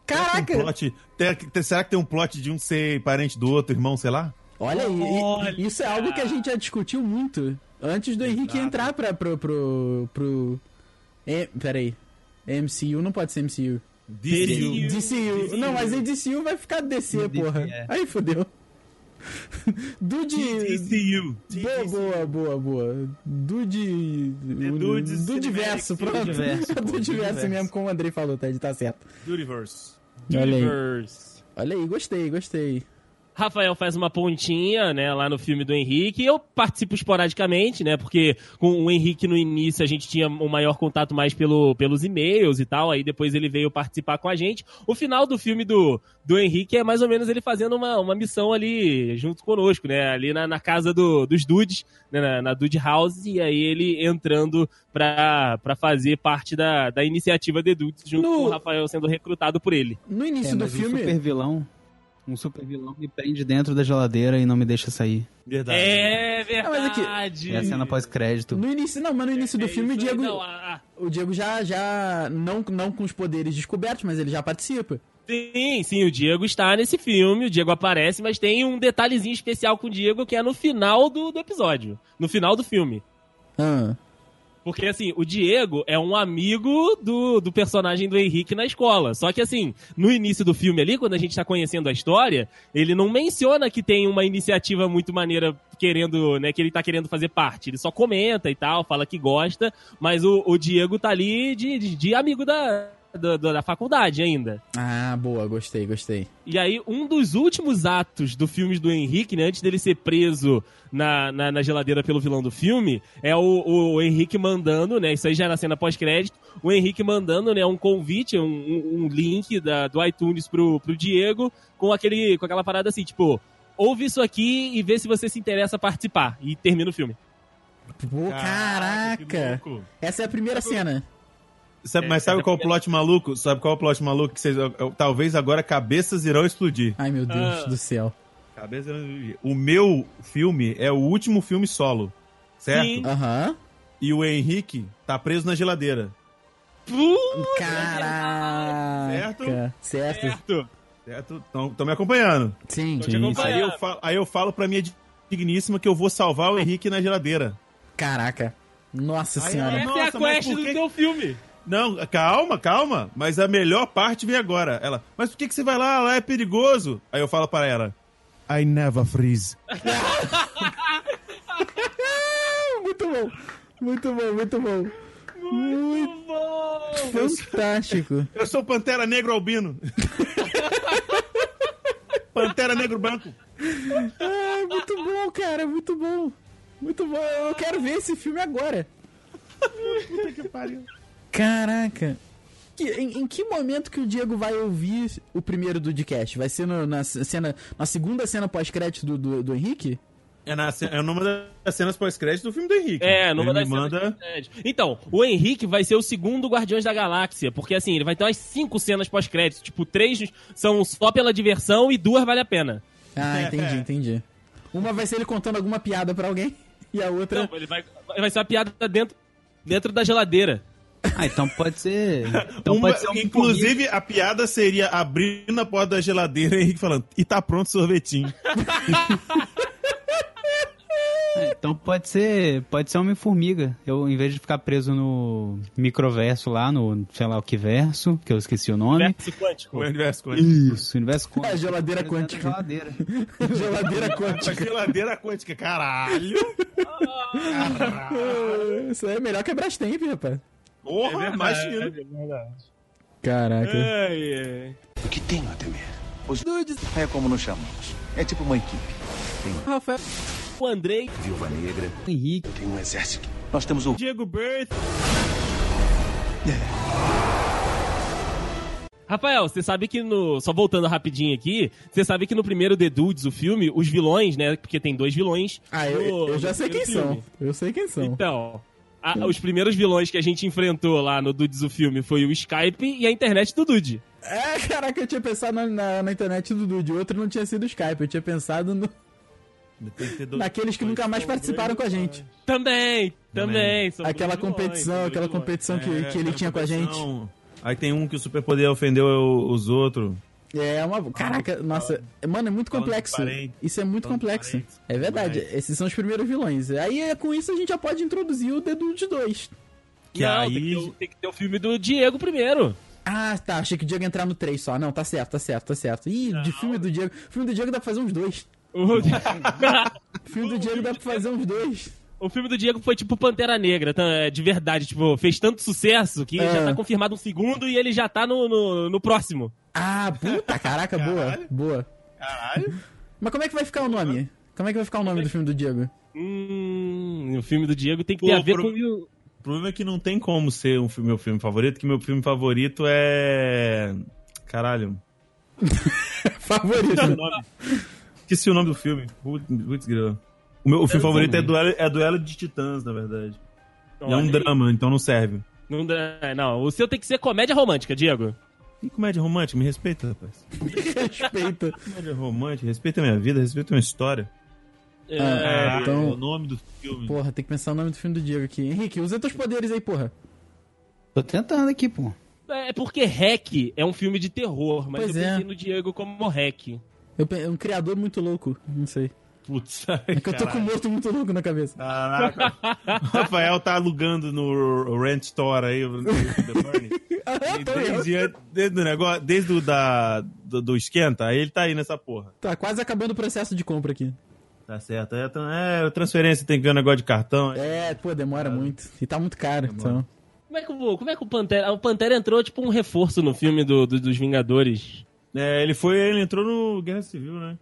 Caraca! plot- ter- ter- será que tem um plot de um ser parente do outro, irmão, sei lá? Olha aí, e- Olha. isso é algo que a gente já discutiu muito antes do Henrique entrar pra, pro. pro. pro. É, peraí. MCU não pode ser MCU. DCU. DCU. Não, mas em DCU vai ficar DC, porra. é. Aí fodeu. Do de. DCU. Boa, boa, boa, boa. Do de. Do, Dudes diverso, Cinematic pronto. Universe, pô, Do diverso Dudiverso. mesmo, como o Andrei falou, Ted, tá certo. Universe. Olha aí. Universe. Olha aí, gostei, gostei. Rafael faz uma pontinha, né, lá no filme do Henrique. Eu participo esporadicamente, né, porque com o Henrique no início a gente tinha um maior contato mais pelo, pelos e-mails e tal. Aí depois ele veio participar com a gente. O final do filme do, do Henrique é mais ou menos ele fazendo uma, uma missão ali junto conosco, né, ali na, na casa do- dos dudes, né, na, na Dude House. E aí ele entrando pra, pra fazer parte da, da iniciativa de dudes junto No- com o Rafael sendo recrutado por ele. No início É, do mas filme. Um super vilão. Um super vilão me prende dentro da geladeira e não me deixa sair. Verdade. É Ah, mas aqui- verdade! É a cena pós-crédito. No início, não, mas no início do É filme o isso aí, Diego, não, ah, ah, o Diego já, já não, não com os poderes descobertos, mas ele já participa. sim, sim, o Diego está nesse filme, o Diego aparece, mas tem um detalhezinho especial com o Diego que é no final do, do episódio. No final do filme. Ah, Porque, assim, o Diego é um amigo do, do personagem do Henrique na escola. Só que, assim, no início do filme ali, quando a gente tá conhecendo a história, ele não menciona que tem uma iniciativa muito maneira querendo, né, que ele tá querendo fazer parte. Ele só comenta e tal, fala que gosta, mas o, o Diego tá ali de, de, de amigo da, da, da faculdade ainda. ah boa, gostei, gostei. E aí, um dos últimos atos do filme do Henrique, né, antes dele ser preso na, na, na geladeira pelo vilão do filme, é o, o Henrique mandando, né, isso aí já é na cena pós-crédito, o Henrique mandando, né, um convite, um, um- um link da, do iTunes pro, pro Diego, com, aquele, com aquela parada assim, tipo, ouve isso aqui e vê se você se interessa a participar. E termina o filme. Pô, caraca! que louco. Essa é a primeira cena. Sabe, mas sabe qual o plot maluco? Sabe qual o plot maluco que vocês. eu- eu- Talvez agora cabeças irão explodir. Ai, meu Deus Ah. do céu. Cabeças irão explodir. O meu filme é o último filme solo. Certo? Sim. Aham. E o Henrique tá preso na geladeira. Caraca. Certo? Certo. Certo. Certo? Estão me acompanhando. Sim. te Sim. acompanhando. Aí eu, falo, aí eu falo pra minha digníssima que eu vou salvar o Henrique na geladeira. Caraca. Nossa Aí senhora. Essa ela- é a Nossa, mas quest por do que- teu filme. Não, calma, calma. Mas a melhor parte vem agora. Ela, mas por que, que você vai lá? Lá é perigoso. Aí eu falo pra ela. I never freeze. Muito bom. Muito bom, muito bom. Muito fantástico. Eu sou Pantera Negro Albino. Pantera Negro Branco. Ah, muito bom, cara, muito bom. Muito bom, eu quero ver esse filme agora. Caraca. Que- em, em que momento que o Diego vai ouvir o primeiro do podcast? Vai ser no- na, c- cena, na segunda cena pós-crédito do, do, do Henrique? É, na, ce- é numa das cenas pós-crédito do filme do Henrique. É, numa Ele das me cenas manda... pós-crédito. Então, o Henrique vai ser o segundo Guardiões da Galáxia, porque assim, ele vai ter umas cinco cenas pós-crédito. Tipo, três são só pela diversão e duas vale a pena. É, Ah, entendi, entendi. Uma vai ser ele contando alguma piada pra alguém. E a outra. Não, ele vai, vai ser uma piada dentro, dentro da geladeira. Ah, então pode ser. Então Uma- pode ser um inclusive, a piada seria abrindo a porta da geladeira e Henrique falando, e tá pronto o sorvetinho. É, Então pode ser, pode ser Homem-Formiga. Eu, em vez de ficar preso no microverso lá, no sei lá o que verso, que eu esqueci o nome. Verso quântico. O universo quântico. Isso, universo quântico. é A geladeira Preso dentro quântica. da Geladeira. Então, Geladeira A quântica. geladeira quântica, caralho. Caralho. Isso aí é melhor que a Brastemp, rapaz. Porra, imagina. Caraca. Ai, ai. O que tenho a temer? Os dudes. É como nos chamamos. É tipo uma equipe. Rafael. O Andrei, Viúva Negra. Henrique. Tem um exército. Nós temos o. Diego Birth. É. Rafael, você sabe que no. Só voltando rapidinho aqui, você sabe que no primeiro The Dudes, o filme, os vilões, né? Porque tem dois vilões. Ah, eu, no- eu já no sei quem primeiro são. filme. Eu sei quem são. Hum. Então, a- os primeiros vilões que a gente enfrentou lá no Dudes o filme foi o Skype e a internet do Dude. É, caraca, eu tinha pensado na, na, na internet do Dude. Outro não tinha sido o Skype. Eu tinha pensado no- Tem que ter dois- naqueles que nunca mais são dois participaram com a gente. um Também, também. são Aquela dois vilões, competição, dois aquela vilões. competição que, É, que ele tinha com a gente. competição. Aí tem um que o superpoder ofendeu os outros. É uma. Caraca, nossa. Mano, é muito falando de complexo. parente, Isso é muito falando de complexo. parente, É verdade. mas- Esses são os primeiros vilões. Aí é, com isso a gente já pode introduzir o Dedo de 2. Que Não, aí- tem, que ter, o- tem que ter o filme do Diego primeiro. Ah, tá. Achei que o Diego ia entrar no 3 só. Não, tá certo, tá certo, tá certo. Ih, de filme do Diego. Filme do Diego dá pra fazer uns dois. O, Filme do Diego dá pra fazer uns dois. o filme do Diego foi tipo Pantera Negra, tá? É, de verdade. Tipo, fez tanto sucesso que É. já tá confirmado um segundo e ele já tá no, no, no próximo. Ah, puta, caraca, boa. Caralho. Boa. Caralho. Mas como é que vai ficar o nome? Como é que vai ficar o nome do filme do Diego? Hum, o filme do Diego tem que Pô, ter a ver pro- com. o- O problema é que não tem como ser um filme, meu filme favorito, que meu filme favorito é. Caralho. Favorito. Esqueci o nome do filme. Putz, putz, grila. O meu o filme favorito é duelo, é duelo de Titãs, na verdade. é um drama, então não serve. Não, Um dra- não, o seu tem que ser comédia romântica, Diego. E comédia romântica? Me respeita, rapaz. Respeita. Comédia romântica, respeita a minha vida, respeita a minha história. Ah, Caralho, então- o nome do filme. Porra, tem que pensar o nome do filme do Diego aqui. Henrique, usa teus poderes aí, porra. Tô tentando aqui, pô. É porque Hack é um filme de terror, mas Pois eu é. pensei no Diego como Hack. Eu pe- um criador muito louco, não sei. Putz, É que eu tô com um morto muito louco na cabeça. Caraca. O Rafael tá alugando no Rent Store aí, no The Burning. E desde, an- desde o negócio, desde o da, do, do esquenta, aí ele tá aí nessa porra. Tá quase acabando o processo de compra aqui. Tá certo. É, tá- é transferência tem que ver um negócio de cartão. É, pô, demora muito. E tá muito caro, então. Como é que, o- como é que o Pantera. O Pantera entrou tipo um reforço no filme do, do- dos Vingadores. É, ele foi, ele entrou no Guerra Civil, né?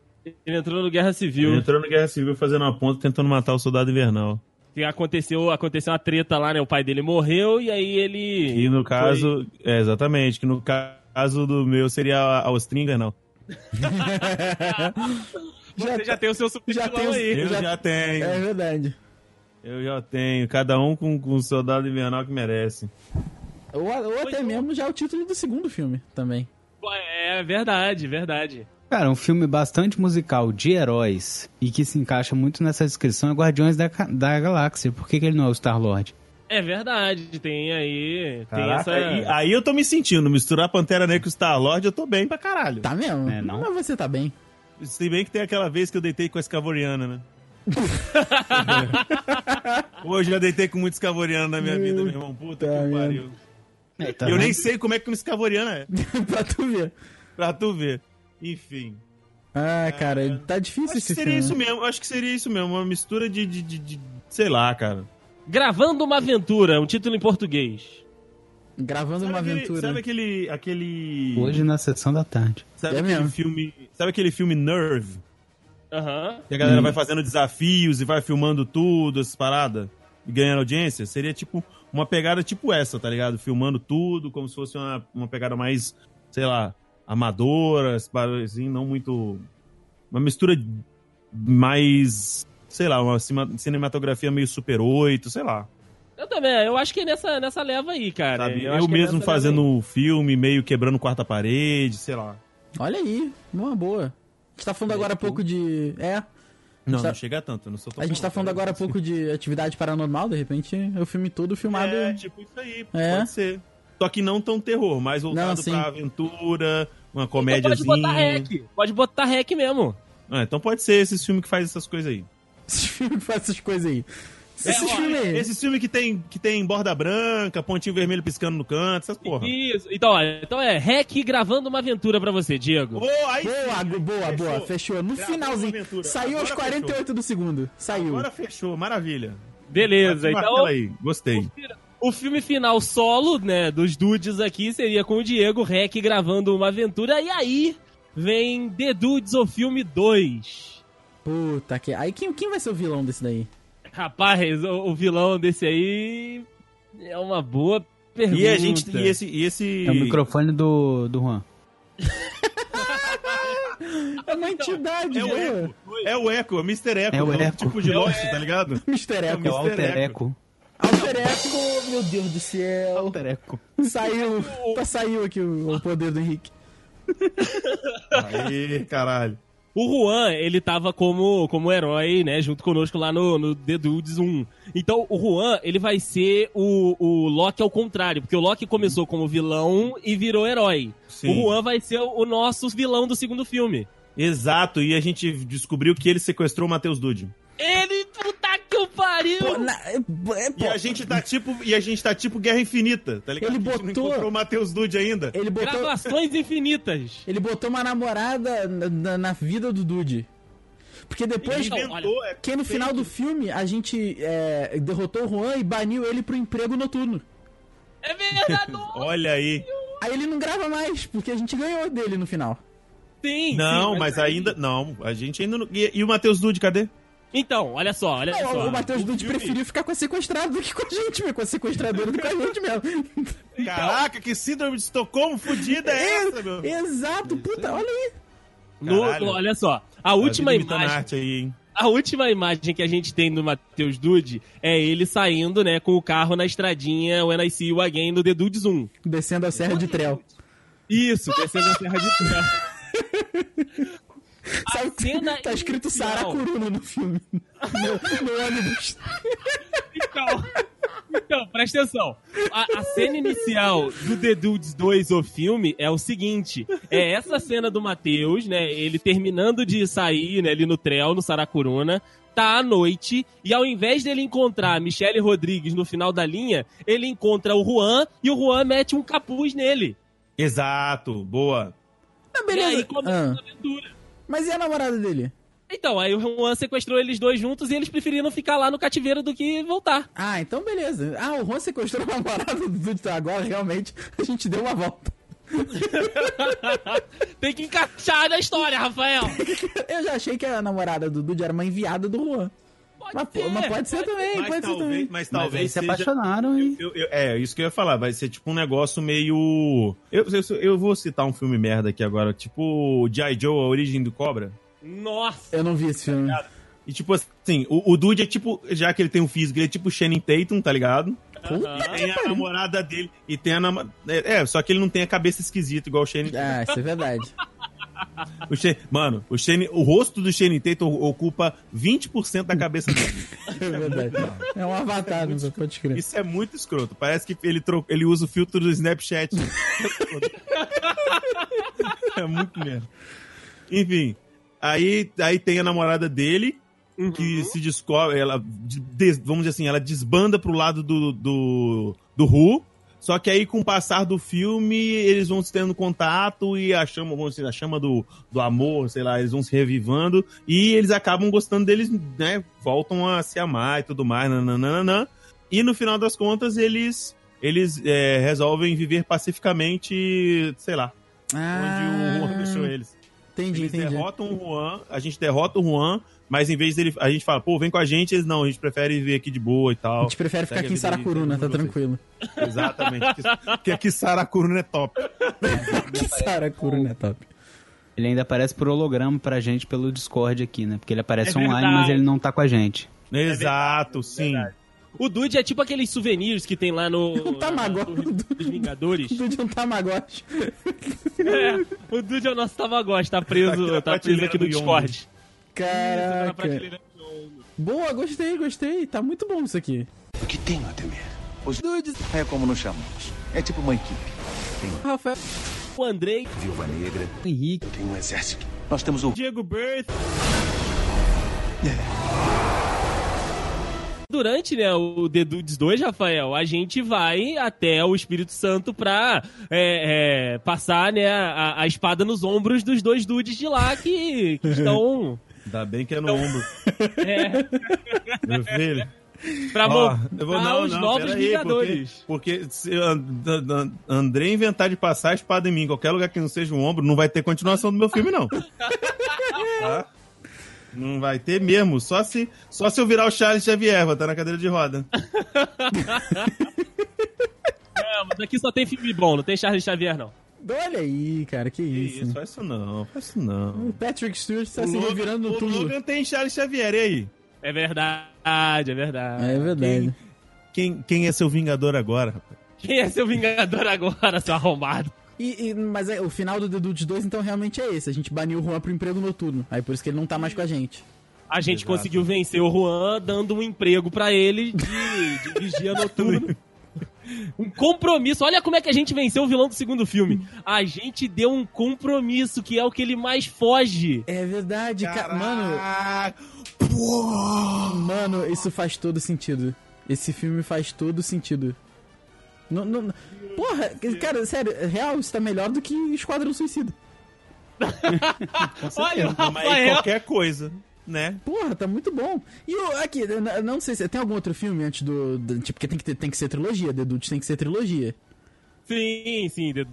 Ele entrou no Guerra Ele Civil. entrou no Guerra Civil fazendo uma ponta tentando matar o soldado invernal. Que aconteceu, aconteceu uma treta lá, né? O pai dele morreu e aí ele. E no caso, é, exatamente, que no ca- caso do meu seria a Ostringa, não. Já Você já tá- tem o seu super já tem o- aí. Eu Eu já- já, tenho. É verdade. Eu já tenho. Cada um com, com o soldado invernal que merece. Ou, ou até Pois é. mesmo já o título do segundo filme também. É verdade, verdade. Cara, um filme bastante musical de heróis e que se encaixa muito nessa descrição é Guardiões da, Ca- da Galáxia. Por que, que ele não é o Star-Lord? É verdade, tem aí. Caraca, tem aí, é. essa. aí eu tô me sentindo. Misturar Pantera Negra com Star-Lord, eu tô bem pra caralho. Tá mesmo? É, não? Mas você tá bem. Se bem que tem aquela vez que eu deitei com a Escavoriana, né? Hoje eu já deitei com muito Escavoriano na minha vida, meu irmão. Puta Tá que vendo? pariu. É, tá eu vendo? nem sei como é que uma Escavoriana é, pra tu ver. pra tu ver. Enfim. Ah, cara, tá difícil É, Acho que esse seria filme. isso mesmo, acho que seria isso mesmo. Uma mistura de. de, de- de- sei lá, cara. Gravando uma aventura, um título em português. Gravando uma aquele- aventura. sabe aquele. aquele Hoje na sessão da tarde. sabe É aquele mesmo. filme. Sabe aquele filme Nerve? Aham. Que a galera vai fazendo desafios e vai filmando tudo, essas paradas, e ganhando audiência, seria tipo uma pegada tipo essa, tá ligado? Filmando tudo, como se fosse uma, uma pegada mais, sei lá, amadora, essas paradas assim, não muito. Uma mistura mais. Sei lá, uma cima- cinematografia meio Super 8, sei lá. Eu também, eu acho que é nessa, nessa leva aí, cara. sabe? Eu, acho que é mesmo nessa fazendo leva o filme, meio quebrando quarta parede, sei lá. tipo, Olha aí, uma boa. A gente tá falando agora há pouco de. É. Não, tá- não chega tanto, eu não sou tão A gente tá falando agora há pouco de atividade paranormal, de repente é o filme todo filmado. É, tipo isso aí, É. pode ser. Só que não tão terror, mais voltado Não, sim. pra aventura, uma Então comédiazinha. pode botar hack. Pode botar hack mesmo. Ah, então pode ser esse filme que faz essas coisas aí. Esses filmes que fazem essas coisas aí. Esses É, ó, filmes aí. esse filme que tem, que tem borda branca, pontinho vermelho piscando no canto, essas porra. Isso. Então, olha, então é hack gravando uma aventura pra você, Diego. Ô, aí Boa, sim, Gu, boa, fechou. boa. Fechou. No Gravou uma finalzinho. aventura. Saiu aos Agora 48 do segundo. Saiu. Agora fechou, maravilha. Beleza, Martela então. aí, gostei. O filme final solo, né, dos dudes aqui seria com o Diego Rec gravando uma aventura. E aí vem The Dudes, o filme 2. Puta que. Aí quem, quem vai ser o vilão desse daí? Rapaz, o, o vilão desse aí é uma boa pergunta. E a gente. E esse. E esse... É o microfone do, do Juan. É uma entidade, é o né? Eco. É o Eco, é o Mr. Eco, É o novo Eco. tipo de Lost, tá ligado? Mister É o É Echo. o Alter Eco. Alter Echo, meu Deus do céu. Alter Eco. Saiu. Tá saiu aqui o, o poder do Henrique. Aí, caralho. O Juan, ele tava como, como herói, né, junto conosco lá no, no The Dudes 1. Então, o Juan, ele vai ser o, o Loki ao contrário, porque o Loki começou como vilão e virou herói. Sim. O Juan vai ser o nosso vilão do segundo filme. Exato, e a gente descobriu que ele sequestrou o Matheus Dude. Ele, puta que o pariu! Pô, na- é- é- pô, E a gente tá tipo, e a gente tá tipo Guerra Infinita, tá ligado? Ele A gente não botou- encontrou o Matheus Dude ainda. Ele botou. Gravações infinitas. Ele botou uma namorada na, na- na vida do Dude. Porque depois. Então, inventou, é, Que no final do filme a gente é, derrotou o Juan e baniu ele pro emprego noturno. É verdade! Olha aí. Aí ele não grava mais, porque a gente ganhou dele no final. Sim, Não, sim, mas ainda não, a gente ainda não E, e o Matheus Dude, cadê? Então, olha só, olha Não, só. o Matheus Dutti filme- preferiu ficar com a sequestrada do que com a gente, meu, com a sequestradora do que com a gente mesmo. Caraca, que síndrome de Estocolmo fodida é essa, meu? Exato, puta, olha aí. No- Caralho. olha só, a última Tá limitando a imagem... arte aí, hein? A última imagem que a gente tem do Matheus Dude é ele saindo, né, com o carro na estradinha When I See You Again no The Dudes 1. Descendo a Serra de Trel. Isso, descendo a Serra de Terra. Sabe que cena tá escrito inicial. Saracuruna no filme. No, no ônibus. Então, então, presta atenção. A, a cena inicial do The Dudes 2, o filme, é o seguinte: é essa cena do Matheus, né? Ele terminando de sair, né, ali no Trel, no Saracuruna. Tá à noite, e ao invés dele encontrar a Michelle Rodrigues no final da linha, ele encontra o Juan e o Juan mete um capuz nele. Exato, boa. Ah, E aí beleza. começa Ah, a aventura. mas e a namorada dele? Então, aí o Juan sequestrou eles dois juntos e eles preferiram ficar lá no cativeiro do que voltar. Ah, então beleza. Ah, o Ron sequestrou a namorada do Dude. Então agora realmente a gente deu uma volta. Tem que encaixar na história, Rafael! Eu já achei que a namorada do Dude era uma enviada do Juan. Pode Mas, pô, mas pode ser também, Mas É, pode ser talvez, também. mas Mas talvez eles se seja- apaixonaram e... Eu- eu- é, isso que eu ia falar. Vai ser tipo um negócio meio. Eu, eu, eu vou citar um filme merda aqui agora. Tipo G.I. Joe, A Origem do Cobra. Nossa! Eu não vi esse filme. E tipo assim, o, o Dude é tipo. Já que ele tem um físico, ele é tipo Shannon Tatum, tá ligado? Puta Aham. Tem a namorada dele. E tem a namorada. É, é, só que ele não tem a cabeça esquisita igual o Shannon Ah, isso é verdade. O Shane- mano, o, Shane, o rosto do Shane Tatum ocupa 20% da cabeça dele. É verdade. É um avatar, não pode crer. Isso é muito escroto. Parece que ele, tro- ele usa o filtro do Snapchat. é muito merda. Enfim, aí, aí tem a namorada dele, que se descobre, ela, de- des- vamos dizer assim, ela desbanda pro lado do, do, do Ru. Só que aí, com o passar do filme, eles vão se tendo contato e a chama, vamos dizer, a chama do, do amor, sei lá, eles vão se revivando e eles acabam gostando deles, né? Voltam a se amar e tudo mais, nananana. E no final das contas, eles, eles é, resolvem viver pacificamente, sei lá, onde o Juan deixou eles. Ah, Entendi, Eles entendi. derrotam o Juan, a gente derrota o Juan, mas em vez dele, a gente fala, pô, vem com a gente, eles não, a gente prefere vir aqui de boa e A tal. gente prefere ficar Segue aqui em a vida Saracuruna, né, de- de tá vocês. tranquilo. Exatamente. Porque aqui Saracuruna é top. Que Saracuruna é top. Ele ainda aparece por holograma pra gente pelo Discord aqui, né? Porque ele aparece É online, verdade. mas ele não tá com a gente. Exato, sim. O Dude é tipo aqueles souvenirs que tem lá no. Um tamagotchi. no- no- Dos Vingadores. O Dude é um tamagotchi. É, o Dude é o nosso Tamagotchi, tá preso, Tá aqui na tá preso prateleira aqui no do Discord. Tá na Caraca. né? prateleira de ouro. Boa, gostei, gostei. Tá muito bom isso aqui. O que tenho a temer? Os dudes, é como nos chamamos. É tipo uma equipe. Rafael. O Andrei, Viúva Negra, Henrique. tem um exército. Nós temos o Diego Birth. É. durante né, o The Dudes 2, Rafael, a gente vai até o Espírito Santo pra é, é, passar né, a, a espada nos ombros dos dois dudes de lá que, que estão. Ainda bem que é no ombro. É, Meu filho. pra Ó, voltar eu vou- não, Tá, os não, novos pera aí, Vingadores. Porque, porque se eu- Dan- Dan- André inventar de passar a espada em mim, em qualquer lugar que não seja o ombro, não vai ter continuação do meu filme, não. Tá? Não vai ter mesmo. Só se, só se eu virar o Charles Xavier, vou estar na cadeira de roda. É, mas aqui só tem filme bom, não tem Charles Xavier, não. Olha aí, cara, que Que isso. isso, faz isso não, faz isso não. O Patrick Stewart tá O se Logan- revirando no o túmulo. Logan tem Charles Xavier, e aí? É verdade, é verdade. É verdade. Quem, quem, quem é seu vingador agora, rapaz? Quem é seu Vingador agora, seu arrombado? E, e- mas é, o final do The Dudes 2, então, realmente é esse. A gente baniu o Juan pro emprego noturno. Aí por isso que ele não tá mais com a gente. A gente Exato. conseguiu vencer o Juan dando um emprego pra ele de, de vigia noturno. Um compromisso. Olha como é que a gente venceu o vilão do segundo filme. A gente deu um compromisso, que é o que ele mais foge. É verdade, cara. Mano, Caraca. mano, isso faz todo sentido. Esse filme faz todo sentido. Não, não- porra, cara, sério, real, isso tá melhor do que Esquadrão Suicida. Olha o né? Mas aí Rafael. qualquer coisa, né? Porra, tá muito bom. E o, aqui, eu n- não sei se tem algum outro filme antes do. do- tipo, porque tem que, ter- tem que ser trilogia, The Dudes tem que ser trilogia. Sim, sim, The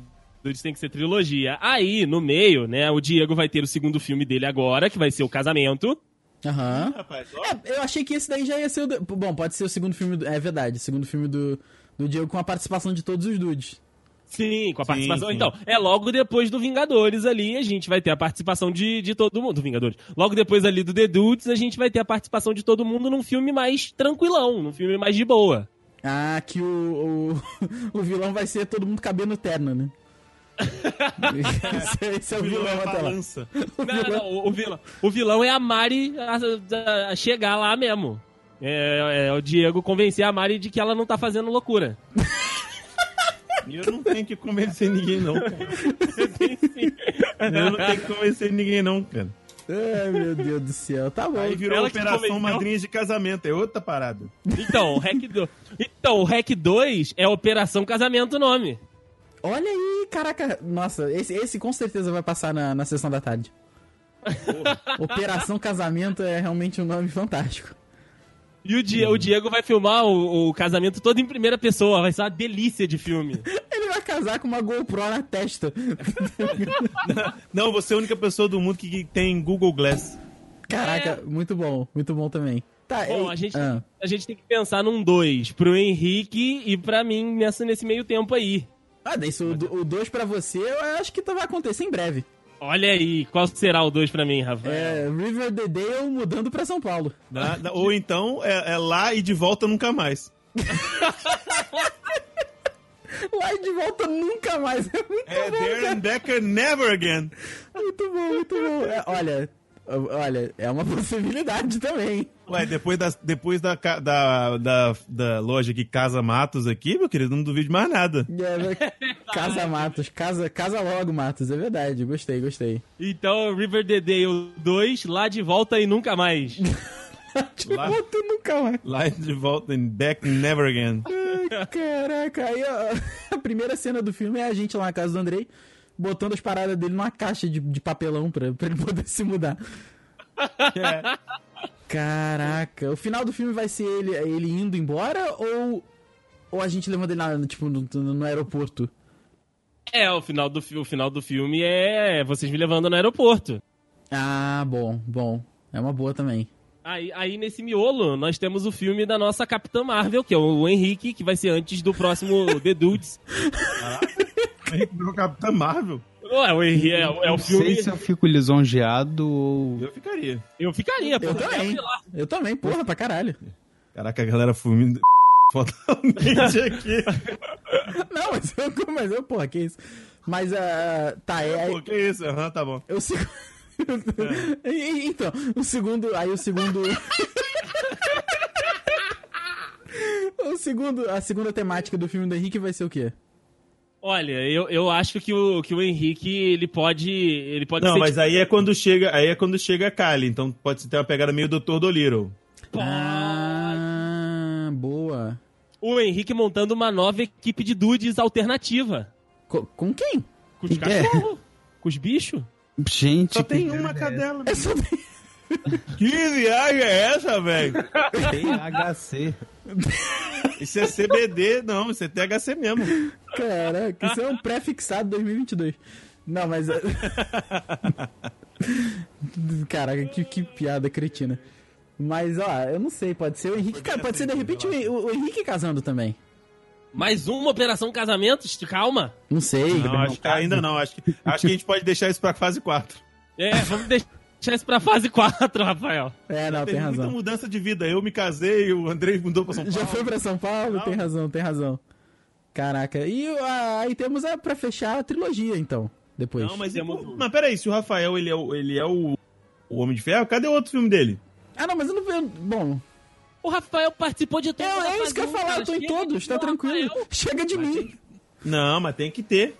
Dudes tem que ser trilogia. Aí, no meio, né, o Diego vai ter o segundo filme dele agora, que vai ser o casamento. Aham. Rapaz, ó, É, eu achei que esse daí já ia ser o. do- Bom, pode ser o segundo filme. Do... É verdade, o segundo filme do, do Diego com a participação de todos os dudes. Sim, com a Sim, participação. sim. Então, é logo depois do Vingadores ali, a gente vai ter a participação de, de todo mundo. Do Vingadores. Logo depois ali do The Dudes, a gente vai ter a participação de todo mundo num filme mais tranquilão, num filme mais de boa. Ah, que o, o, o vilão vai ser todo mundo cabendo terno, né? esse, esse é o vilão, é até lá. balança. O Não, vilão- não, o- o vilão, o vilão é a Mari a- a- a chegar lá mesmo. É, é o Diego convencer a Mari de que ela não tá fazendo loucura. E Eu não tenho que convencer ninguém, não. cara. Eu não tenho que convencer ninguém, não, cara. Ai, meu Deus do céu. Tá bom. Aí virou Ela que Operação convenceu. Madrinhas de Casamento, é outra parada. Então, o REC 2. Então, o REC 2 é Operação Casamento o nome. Olha aí, caraca. Nossa, esse, esse com certeza vai passar na, na sessão da tarde. Operação Casamento é realmente um nome fantástico. E o, Di- o Diego vai filmar o, o casamento todo em primeira pessoa. Vai ser uma delícia de filme. Ele vai casar com uma GoPro na testa. Não, você é a única pessoa do mundo que tem Google Glass. Caraca, É. muito bom, muito bom também. Tá, Bom, eu- a gente, ah, a gente tem que pensar num dois pro Henrique e pra mim nessa, nesse meio tempo aí. ah, daí se o 2 pra você, eu acho que tá- vai acontecer em breve. Olha aí, qual será o dois pra mim, Rafael? É, River the Dale mudando pra São Paulo. né? Ou então é, é lá e de volta nunca mais. Lá e de volta nunca mais. É muito É bom, Darren cara. Becker Never Again. Muito bom, muito bom. É, olha, olha, é uma possibilidade também. Ué, depois, da, depois da, ca- da, da, da loja que Casa Matos aqui, meu querido, não duvido mais nada. É, vai- casa Matos, casa, casa logo Matos, é verdade. Gostei, gostei. Então, River the Dale 2, lá de volta e nunca mais. De Lá- volta nunca mais. Lá e de volta em Beck Never Again. Ai, Caraca, aí ó, a primeira cena do filme é a gente lá na casa do Andrei botando as paradas dele numa caixa de, de papelão pra, pra ele poder se mudar. Caraca, o final do filme vai ser ele, ele indo embora ou, ou a gente levando ele na, tipo, no, no- no aeroporto? É, o final, do, fi- o final do filme é vocês me levando no aeroporto. Ah, bom, bom. É uma boa também. Aí, aí nesse miolo, nós temos o filme da nossa Capitã Marvel, que é o Henrique, que vai ser antes do próximo The Dudes. Meu Capitão Marvel, Ué, o Henrique é, é o Não sei filme. se eu fico lisonjeado ou. eu ficaria. Eu ficaria, Eu porque também. Eu também, porra, pra caralho. Caraca, a galera fumindo totalmente aqui. Não, mas eu, mas eu porra, que isso. Mas, ah, tá, é... Pô, que isso? Aham, tá bom. Eu sigo... É. E- e- Então, o segundo. Aí o segundo. o segundo. A segunda temática do filme do Henrique vai ser o quê? Olha, eu, eu acho que o, que o Henrique, ele pode. Ele pode Não, ser mas aí é quando chega, aí é quando chega a Kylie, então pode ter uma pegada meio Dr. Dolittle. tipo, Ah, boa. o Henrique montando uma nova equipe de dudes alternativa. Co- com quem? Com os Que que é? cachorros, com os bichos. Gente, Só que tem doideira uma cadela. É só Que viagem é essa, velho? é essa. THC. Isso é CBD, não, isso é THC mesmo. Caraca, isso é um pré-fixado 2022. Não, mas. Caraca, que, que piada cretina. Mas, ó, eu não sei, pode ser o Henrique. Cara, pode ser de repente o, o Henrique casando também. Mais uma operação casamento, Est- calma. Não sei. Não, acho que ainda não, acho que, acho que a gente pode deixar isso pra fase 4. É, vamos deixar isso pra fase 4, Rafael. É, não, tem Teve muita razão. mudança de vida, eu me casei, o Andrei mudou pra São Paulo. Já foi pra São Paulo? Tem razão, tem razão. Caraca, e ah, aí temos a, pra fechar a trilogia, então. Depois. Não, mas, Temos- um- pô, mas peraí, se o Rafael ele é, o, ele é o, o Homem de Ferro, cadê o outro filme dele? Ah, não, mas eu não vejo. Bom, O Rafael participou de eu, todos. é isso que eu um ia falar, eu tô em todos, tá tranquilo. Chega de mim. Não, mas tem que ter.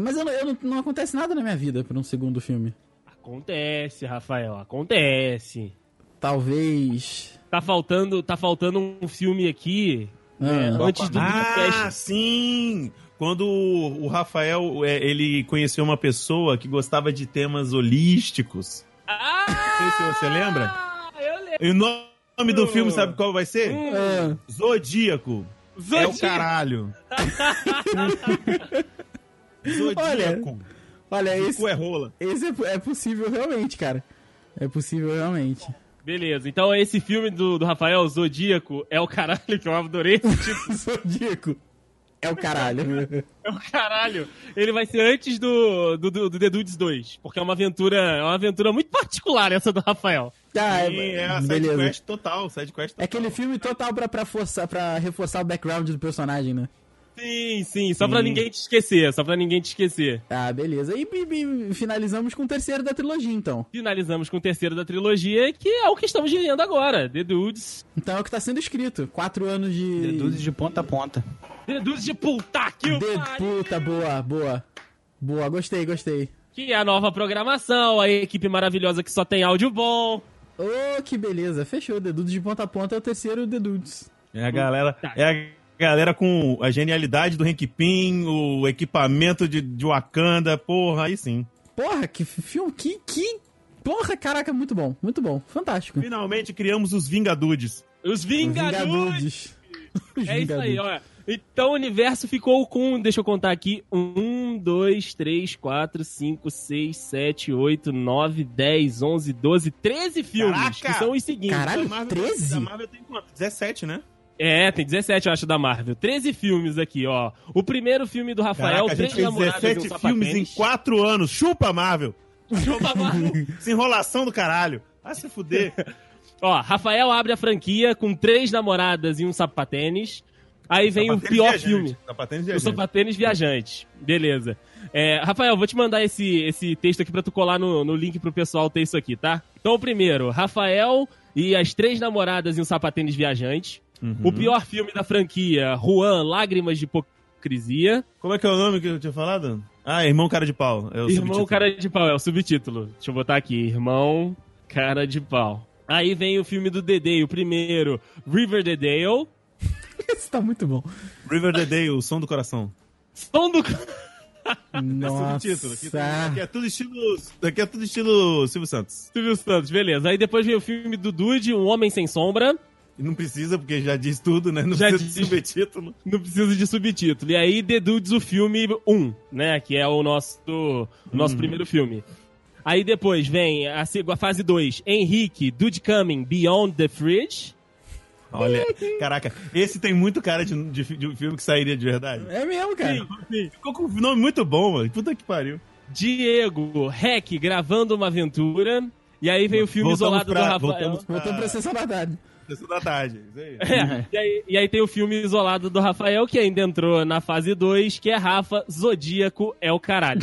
Mas eu, não- eu não, não acontece nada na minha vida pra um segundo filme. Acontece, Rafael, acontece. Talvez. Tá faltando, tá faltando um filme aqui. é, Ah, antes do Ah, podcast. sim! Quando o o Rafael é, ele conheceu uma pessoa que gostava de temas holísticos. Ah, Não sei se você lembra. eu lembro. Hum. E o nome do filme, sabe qual vai ser? ah, Zodíaco. É o Zodíaco. caralho. é Zodíaco. olha, esse, Cu é rola. esse é, é possível realmente, cara. É possível realmente. Beleza, então esse filme do, do Rafael Zodíaco é o caralho que eu adorei. esse título. Zodíaco. É o caralho. É o caralho. Ele vai ser antes do, do, do, do The Dudes 2, porque é uma aventura, é uma aventura muito particular essa do Rafael. Tá, Sim, é a beleza. sidequest total. Sidequest É aquele filme total pra, pra, forçar, pra reforçar o background do personagem, né? Sim, sim, só pra ninguém te esquecer, só pra ninguém te esquecer. Ah, beleza. E, e- e finalizamos com o terceiro da trilogia, então. Finalizamos com o terceiro da trilogia, que é o que estamos vivendo agora, The Dudes. Então é o que tá sendo escrito. Quatro anos de. Deduz de ponta a ponta. The Dudes de puta que o De pariu! puta, tá boa, boa. Boa, gostei, gostei. Que é a nova programação, a equipe maravilhosa que só tem áudio bom. Ô, que beleza. Fechou. Dedudes de ponta a ponta é o terceiro Dedudes. É a galera, Tá. é a galera com a genialidade do Hank Pym, o equipamento de, de Wakanda, porra, aí sim. Porra, que f- filme, que, que... Porra, caraca, muito bom, muito bom. Fantástico. Finalmente criamos os Vingadudes. Os Vingadores! Os É isso aí, Vingadudes. ó. Então o universo ficou com, deixa eu contar aqui, 1, 2, 3, 4, 5, 6, 7, 8, 9, 10, 11, 12, 13 filmes, Caraca! que são os seguintes. Caralho, Da Marvel- 13? Da Marvel tem quanto? 17, né? É, tem 17, eu acho, da Marvel. 13 filmes aqui, ó. O primeiro filme do Rafael, Caraca, a Três gente fez Namoradas e um 17 filmes em Sapatênis. 4 anos. Chupa, Marvel! Chupa, Marvel. Essa enrolação do caralho. Ah, se fuder. Ó, Rafael abre a franquia com Três Namoradas e um Sapatênis. Aí vem o Sapatênis pior viajante. filme. Sapatênis Eu sou viajante. Patênis Viajante. Beleza. É, Rafael, vou te mandar esse, esse texto aqui pra tu colar no, no link pro pessoal ter isso aqui, tá? Então, o primeiro, Rafael e as três namoradas e um sapatênis viajante. Uhum. O pior filme da franquia, Juan, Lágrimas de Hipocrisia. Como é que é o nome que eu tinha falado? Ah, Irmão Cara de Pau. É o Irmão subtítulo. Cara de Pau, é o subtítulo. Deixa eu botar aqui, Irmão Cara de Pau. Aí vem o filme do Dedê, o primeiro, River the Dale. Isso tá muito bom. River the Day, o som do coração. Som do... É Nossa. subtítulo. Aqui, tem- aqui é tudo estilo. Aqui é tudo estilo Silvio Santos. Silvio Santos, beleza. Aí depois vem o filme do Dude, Um Homem Sem Sombra. E não precisa, porque já diz tudo, né? Não Já precisa diz. de subtítulo. Não precisa de subtítulo. E aí, The Dudes, o filme 1, né? Que é o nosso, o nosso Uhum. primeiro filme. Aí depois vem a, seg- a fase 2, Henrique, Dude Coming, Beyond the Fridge. Olha, caraca, esse tem muito cara de, de, fi- de um filme que sairia de verdade. É mesmo, cara. Ficou com um nome muito bom, mano. Puta que pariu. Diego, Hack, gravando uma aventura. E aí vem o filme Voltamos isolado pra- do Rafael. voltamos- Voltando Ah. pra sessão da tarde. Sessão da tarde. Isso aí. É, e, aí, e aí tem o filme isolado do Rafael, que ainda entrou na fase 2, que é Rafa, Zodíaco é o caralho.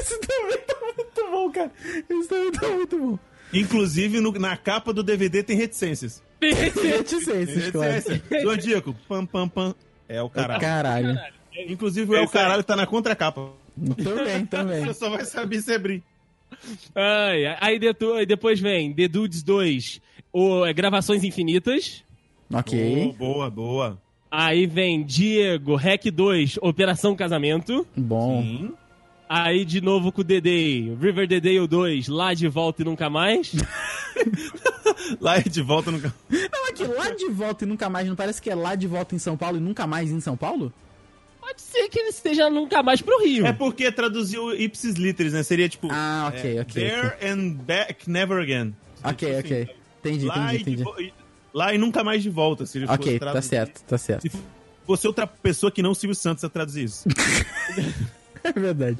tá cara. Isso também tá muito bom. Inclusive, no- na capa do DVD tem reticências. Reticências, claro. Reticências. Zodíaco, pam, pam, pam. É o caralho. Caralho. Inclusive, o é o caralho tá na contracapa. Também, também. Você só vai saber se é abrir. Ai, ai. aí deto- aí depois vem The Dudes 2, o, é, Gravações Infinitas. Ok. Boa, boa, boa. Aí vem Diego, Hack 2, Operação Casamento. Bom. Sim. Aí de novo com o Dedei, Riverdale 2, Lá de Volta e Nunca Mais. Lá e de volta no. Não, é que lá de volta e nunca mais, não parece que é lá de volta em São Paulo e nunca mais em São Paulo? Pode ser que ele esteja nunca mais pro Rio. É porque traduziu ipsis literis, né? Seria tipo. Ah, ok, é, ok. There and back, never again. Ok, Tipo assim, ok. Entendi, lá, entendi, e entendi. de vo- e- lá e nunca mais de volta, se ele fosse Ok, tá traduzir. certo, tá certo. Se f- fosse outra pessoa que não o Silvio Santos a traduzir isso. É verdade.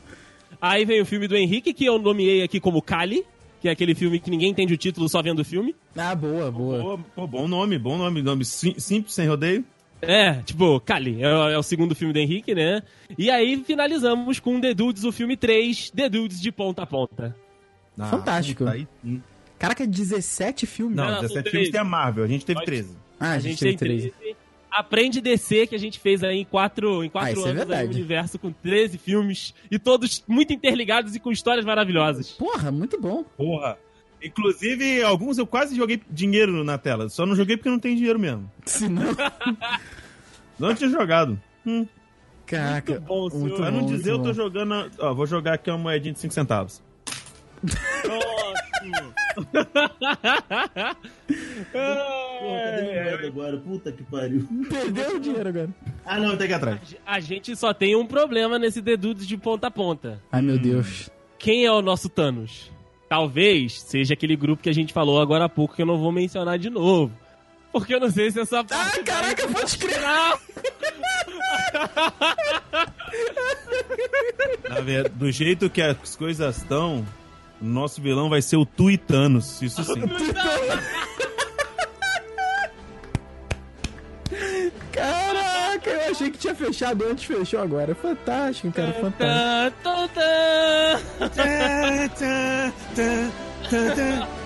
Aí vem o filme do Henrique, que eu nomeei aqui como Cali, que é aquele filme que ninguém entende o título só vendo o filme. Ah, boa, boa. Pô, pô, bom nome, bom nome, nome sim- simples, sem rodeio. É, tipo, Cali, é, é o segundo filme do Henrique, né? E aí finalizamos com The Dudes, o filme 3, The Dudes de ponta a ponta. Ah, Fantástico. tá aí. Não, Caraca, 17 filmes. Não, são 17 treze. filmes tem a Marvel, a gente teve Pode- 13. Ah, A gente tem três. 13. Aprende DC, que a gente fez aí em quatro, em Ah, quatro isso é anos aí, verdade. um universo com 13 filmes e todos muito interligados e com histórias maravilhosas. Porra, muito bom. Porra. Inclusive, alguns eu quase joguei dinheiro na tela. Só não joguei porque não tem dinheiro mesmo. Se não. Não tinha jogado. Caraca. Muito bom, senhor. muito Pra não bom, dizer, eu muito tô bom. jogando. a- Ó, vou jogar aqui uma moedinha de 5 centavos. Porra, cadê minha moeda agora? Puta que pariu. Perdeu o dinheiro agora. Ah, não, tem aqui atrás. A gente só tem um problema nesse The Dudes de ponta a ponta. Ai, meu Deus. Quem é o nosso Thanos? Talvez seja aquele grupo que a gente falou agora há pouco que eu não vou mencionar de novo. Porque eu não sei se essa parte. Ah, caraca, pode crer. Ah, Na verdade, do jeito que as coisas estão, o nosso vilão vai ser o Tuitanos. Isso sim. Caraca, eu achei que tinha fechado antes, fechou agora. É Fantástico, cara, fantástico. tá, tá, tá. Tá, tá, tá, tá.